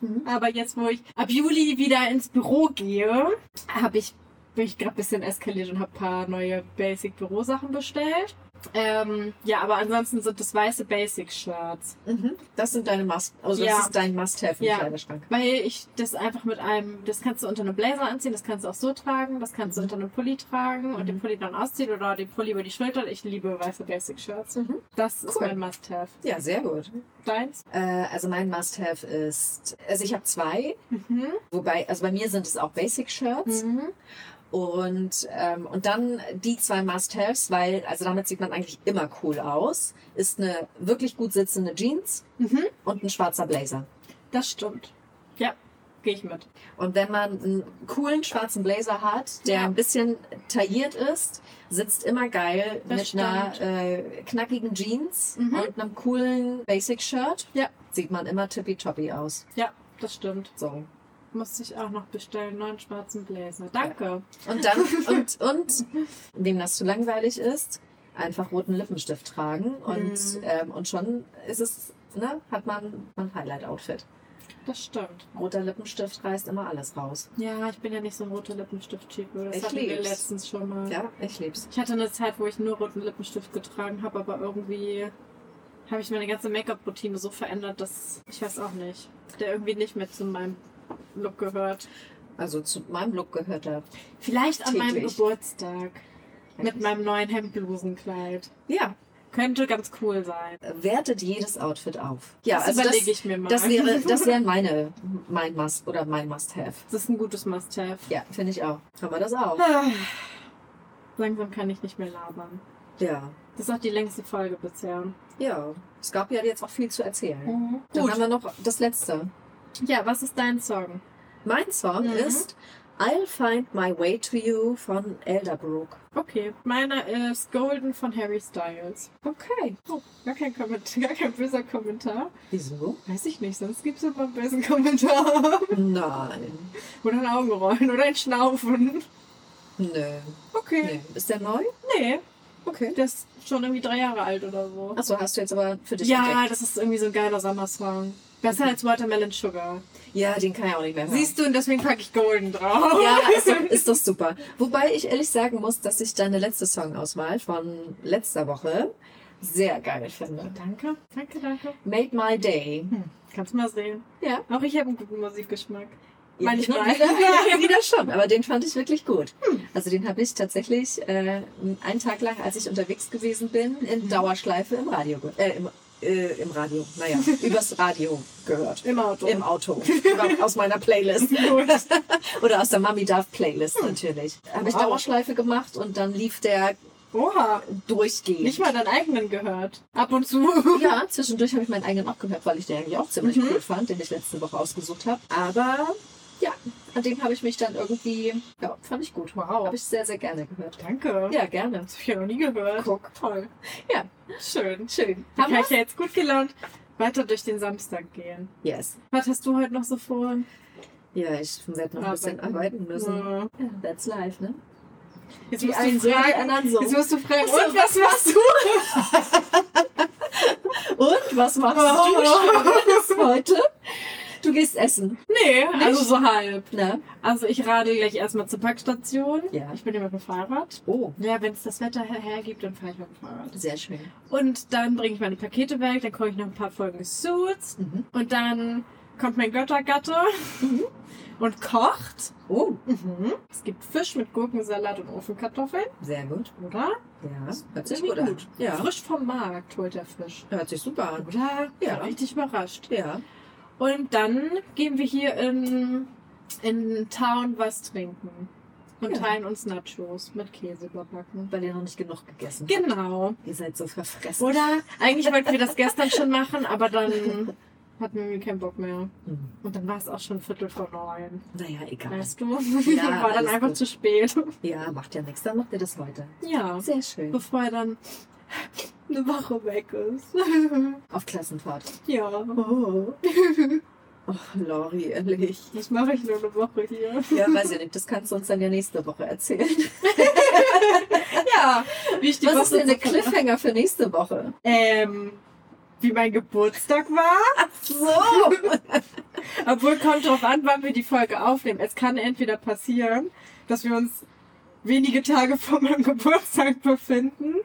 S3: Mhm.
S2: Aber jetzt, wo ich ab Juli wieder ins Büro gehe, habe ich bin ich gerade ein bisschen eskaliert und habe ein paar neue Basic-Bürosachen bestellt. Ähm, ja, aber ansonsten sind das weiße Basic-Shirts.
S3: Mhm. Das sind deine Must, also
S2: Ja.
S3: das ist dein Must-Have im
S2: Ja.
S3: Kleiderschrank.
S2: Weil ich das einfach mit einem, das kannst du unter einem Blazer anziehen, das kannst du auch so tragen, das kannst du unter einem Pulli tragen und
S3: Mhm.
S2: den Pulli dann ausziehen oder den Pulli über die Schulter. Ich liebe weiße Basic-Shirts.
S3: Mhm.
S2: Das ist
S3: Cool.
S2: mein Must-Have.
S3: Ja, sehr gut.
S2: Deins?
S3: Äh, also mein Must-Have ist, also ich habe zwei,
S2: Mhm.
S3: wobei, also bei mir sind es auch Basic-Shirts
S2: Mhm.
S3: und, ähm, und dann die zwei Must-Haves, weil, also damit sieht man eigentlich immer cool aus, ist eine wirklich gut sitzende Jeans
S2: Mhm.
S3: und ein schwarzer Blazer.
S2: Das stimmt. Ja, gehe ich mit.
S3: Und wenn man einen coolen schwarzen Blazer hat, der
S2: Ja.
S3: ein bisschen tailliert ist, sitzt immer geil
S2: Das
S3: mit einer äh, knackigen Jeans
S2: Mhm.
S3: und einem coolen Basic-Shirt.
S2: Ja.
S3: Sieht man immer tippitoppi aus.
S2: Ja, das stimmt.
S3: So.
S2: Musste ich auch noch bestellen, neuen schwarzen Blazer. Danke.
S3: Und dann, und, und wem das zu langweilig ist, einfach roten Lippenstift tragen und,
S2: Mhm.
S3: ähm, und schon ist es, ne, hat man ein Highlight-Outfit.
S2: Das stimmt.
S3: Roter Lippenstift reißt immer alles raus.
S2: Ja, ich bin ja nicht so ein roter Lippenstift-Typ. Das
S3: Ich
S2: hatten wir
S3: lieb's.
S2: letztens schon mal.
S3: Ja, ich lieb's.
S2: Ich hatte eine Zeit, wo ich nur roten Lippenstift getragen habe, aber irgendwie habe ich meine ganze Make-up-Routine so verändert, dass ich weiß auch nicht, der irgendwie nicht mehr zu meinem Look gehört.
S3: Also zu meinem Look gehört er.
S2: Vielleicht an meinem
S3: Täglich.
S2: Geburtstag mit meinem neuen Hemdblusenkleid.
S3: Ja,
S2: Könnte ganz cool sein.
S3: wertet jedes Outfit auf. Ja,
S2: das
S3: also
S2: überlege
S3: das,
S2: ich mir mal.
S3: das wäre, das wären meine, mein Must oder mein Must-Have.
S2: Das ist ein gutes Must-Have.
S3: Ja, finde ich auch. Haben wir das auch.
S2: Ah, Langsam kann ich nicht mehr labern.
S3: Ja.
S2: Das ist auch die längste Folge bisher.
S3: Ja. Es gab ja jetzt auch viel zu erzählen. Dann
S2: Mhm. Gut.
S3: haben wir noch das letzte.
S2: Ja, was ist dein Song?
S3: Mein Song
S2: Mhm.
S3: ist I'll Find My Way to You von Elderbrook.
S2: Okay, meiner ist Golden von Harry Styles.
S3: Okay.
S2: Oh, gar kein Kommentar, gar kein böser Kommentar.
S3: Wieso?
S2: Weiß ich nicht, sonst gibt's immer einen bösen Kommentar.
S3: Nein.
S2: Oder ein Augenrollen oder ein Schnaufen.
S3: Nö.
S2: Okay.
S3: Nee. Ist der neu?
S2: Nee.
S3: Okay.
S2: Der ist schon irgendwie drei Jahre alt oder so.
S3: Achso, hast du jetzt aber für dich
S2: Ja,
S3: entdeckt.
S2: Ah, das ist irgendwie so ein geiler Sommersong. Besser als Watermelon Sugar.
S3: Ja, den kann ich auch nicht mehr hören.
S2: Siehst du, und deswegen packe ich Golden drauf.
S3: Ja, ist doch, ist doch super. Wobei ich ehrlich sagen muss, dass ich deine letzte Songauswahl von letzter Woche sehr geil finde.
S2: Danke, Hm. danke, danke.
S3: Made My Day.
S2: Kannst mal sehen.
S3: Ja.
S2: Auch ich habe einen guten Musikgeschmack.
S3: Ja,
S2: Manchmal. Hm.
S3: hin und Wieder, ja, wieder schon, aber den fand ich wirklich gut. Also den habe ich tatsächlich äh, einen Tag lang, als ich unterwegs gewesen bin,
S2: Hm.
S3: in Dauerschleife im Radio, ge- äh, im, äh, im Radio, naja, übers Radio gehört.
S2: Im Auto.
S3: Im Auto. Oder aus meiner Playlist. Oder aus der Mami Darf Playlist natürlich. Habe ich
S2: Hm. Wow.
S3: Dauerschleife gemacht und dann lief der
S2: Oha.
S3: durchgehend.
S2: Nicht mal deinen eigenen gehört. Ab und zu.
S3: Ja, Mhm. zwischendurch habe ich meinen eigenen auch gehört, weil ich den eigentlich auch ziemlich cool fand, den ich letzte Woche ausgesucht habe. Aber ja, an dem habe ich mich dann irgendwie, ja, fand ich gut.
S2: Wow.
S3: Habe ich sehr, sehr gerne gehört.
S2: Danke.
S3: Ja, gerne.
S2: Das habe ich ja noch nie gehört.
S3: Guck.
S2: Toll.
S3: Ja.
S2: Schön.
S3: Schön.
S2: Dann
S3: Haben
S2: kann ich ja jetzt gut gelaunt weiter durch den Samstag gehen.
S3: wir? Yes.
S2: Was hast du heute noch so vor?
S3: Ja, ich werde noch ein bisschen arbeiten müssen.
S2: Ja.
S3: Ja, that's life, ne?
S2: Äh, Jetzt
S3: Die
S2: musst
S3: einen
S2: du
S3: sehen, die
S2: fragen.
S3: anderen so.
S2: Jetzt musst du fragen.
S3: so.
S2: Und was machst du?
S3: Und was machst du Schönes heute? Du gehst essen,
S2: Nee, also so halb.
S3: ne?
S2: Also ich radel gleich erstmal zur Packstation.
S3: Ja.
S2: Ich bin immer mit dem Fahrrad.
S3: Oh,
S2: Ja, wenn es das Wetter her hergibt, dann fahre ich mit dem Fahrrad.
S3: sehr schön.
S2: Und dann bringe ich meine Pakete weg, dann gucke ich noch ein paar Folgen Suits.
S3: Mhm.
S2: Und dann kommt mein Göttergatte und kocht.
S3: Oh,
S2: Es gibt Fisch mit Gurkensalat und Ofenkartoffeln,
S3: sehr gut.
S2: oder?
S3: Ja, hört
S2: Ist
S3: sich
S2: irgendwie
S3: gut an. Ja,
S2: Frisch vom Markt holt der Fisch.
S3: hört sich super an.
S2: Oder?
S3: Ja.
S2: Bin richtig überrascht.
S3: Ja.
S2: Und dann gehen wir hier in, in Town was trinken. Und
S3: Ja.
S2: teilen uns Nachos mit Käse überbacken.
S3: weil ihr noch nicht genug gegessen habt.
S2: Genau.
S3: Ihr seid so verfressen.
S2: Oder? Eigentlich wollten wir das gestern schon machen, aber dann hatten wir irgendwie keinen Bock mehr.
S3: Hm.
S2: Und dann war es auch schon Viertel vor neun.
S3: Naja, egal.
S2: Weißt du?
S3: Ja,
S2: war dann
S3: alles
S2: einfach
S3: gut.
S2: zu spät.
S3: Ja, macht ja nichts, dann macht ihr das heute.
S2: Ja.
S3: Sehr schön.
S2: Bevor er dann eine Woche weg ist.
S3: Auf Klassenfahrt.
S2: ja.
S3: Oh. Och, Lori, ehrlich.
S2: Was mache ich nur eine Woche hier?
S3: Ja, weiß ich nicht, das kannst du uns dann ja nächste Woche erzählen.
S2: Ja. Wie ich die
S3: Was ist
S2: Woche
S3: denn der
S2: so-
S3: Cliffhanger für nächste Woche?
S2: Ähm, wie mein Geburtstag war.
S3: So!
S2: Obwohl, kommt drauf an, wann wir die Folge aufnehmen. Es kann entweder passieren, dass wir uns wenige Tage vor meinem Geburtstag befinden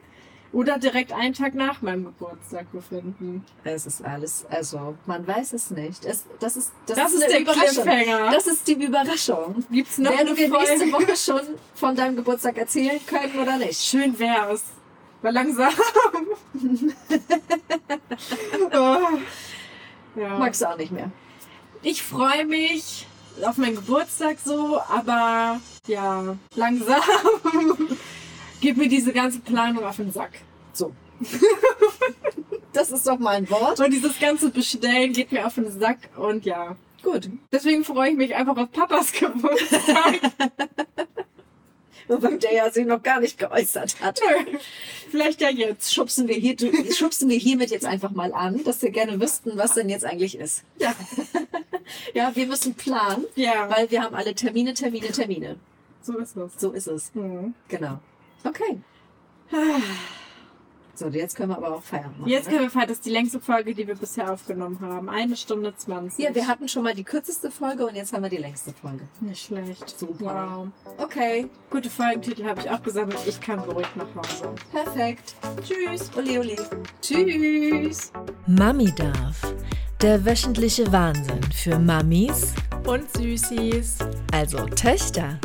S2: oder direkt einen Tag nach meinem Geburtstag befinden.
S3: Es ist alles, also, man weiß es nicht. Es, das ist, das
S2: Das,
S3: ist,
S2: ist
S3: eine
S2: der
S3: Überraschung.
S2: Cliffhanger.
S3: Das ist die Überraschung.
S2: Gibt's noch
S3: Werden
S2: eine
S3: wir nächste
S2: Folge?
S3: Woche schon von deinem Geburtstag erzählen können oder nicht?
S2: Schön wär's. Weil langsam. Oh. ja.
S3: Magst du auch nicht mehr.
S2: Ich freue mich auf meinen Geburtstag so, aber ja, langsam. Gib mir diese ganze Planung auf den Sack.
S3: So. das ist doch mal ein Wort.
S2: Und dieses ganze Bestellen geht mir auf den Sack und ja.
S3: Gut.
S2: Deswegen freue ich mich einfach auf Papas Geburtstag.
S3: Wobei der ja sich noch gar nicht geäußert hat.
S2: Vielleicht ja jetzt.
S3: Schubsen wir, hier, schubsen wir hiermit jetzt einfach mal an, dass wir gerne wüssten, was denn jetzt eigentlich ist.
S2: Ja.
S3: Ja, wir müssen planen,
S2: Ja,
S3: weil wir haben alle Termine, Termine, Termine.
S2: so ist es.
S3: So ist es.
S2: Hm.
S3: Genau. Okay. So, jetzt können wir aber auch feiern. Machen,
S2: Jetzt
S3: ne?
S2: können wir feiern, das ist die längste Folge, die wir bisher aufgenommen haben. Eine Stunde 20.
S3: Hier, wir hatten schon mal die kürzeste Folge und jetzt haben wir die längste Folge.
S2: Nicht schlecht.
S3: Super.
S2: Wow.
S3: Okay,
S2: Gute Folgentitel habe ich auch gesammelt. Ich kann beruhigt nach Hause.
S3: perfekt.
S2: Tschüss.
S3: Ole, ole.
S2: Tschüss.
S1: Mami darf. Der wöchentliche Wahnsinn für Mamis,
S4: Und Süßis.
S1: also Töchter.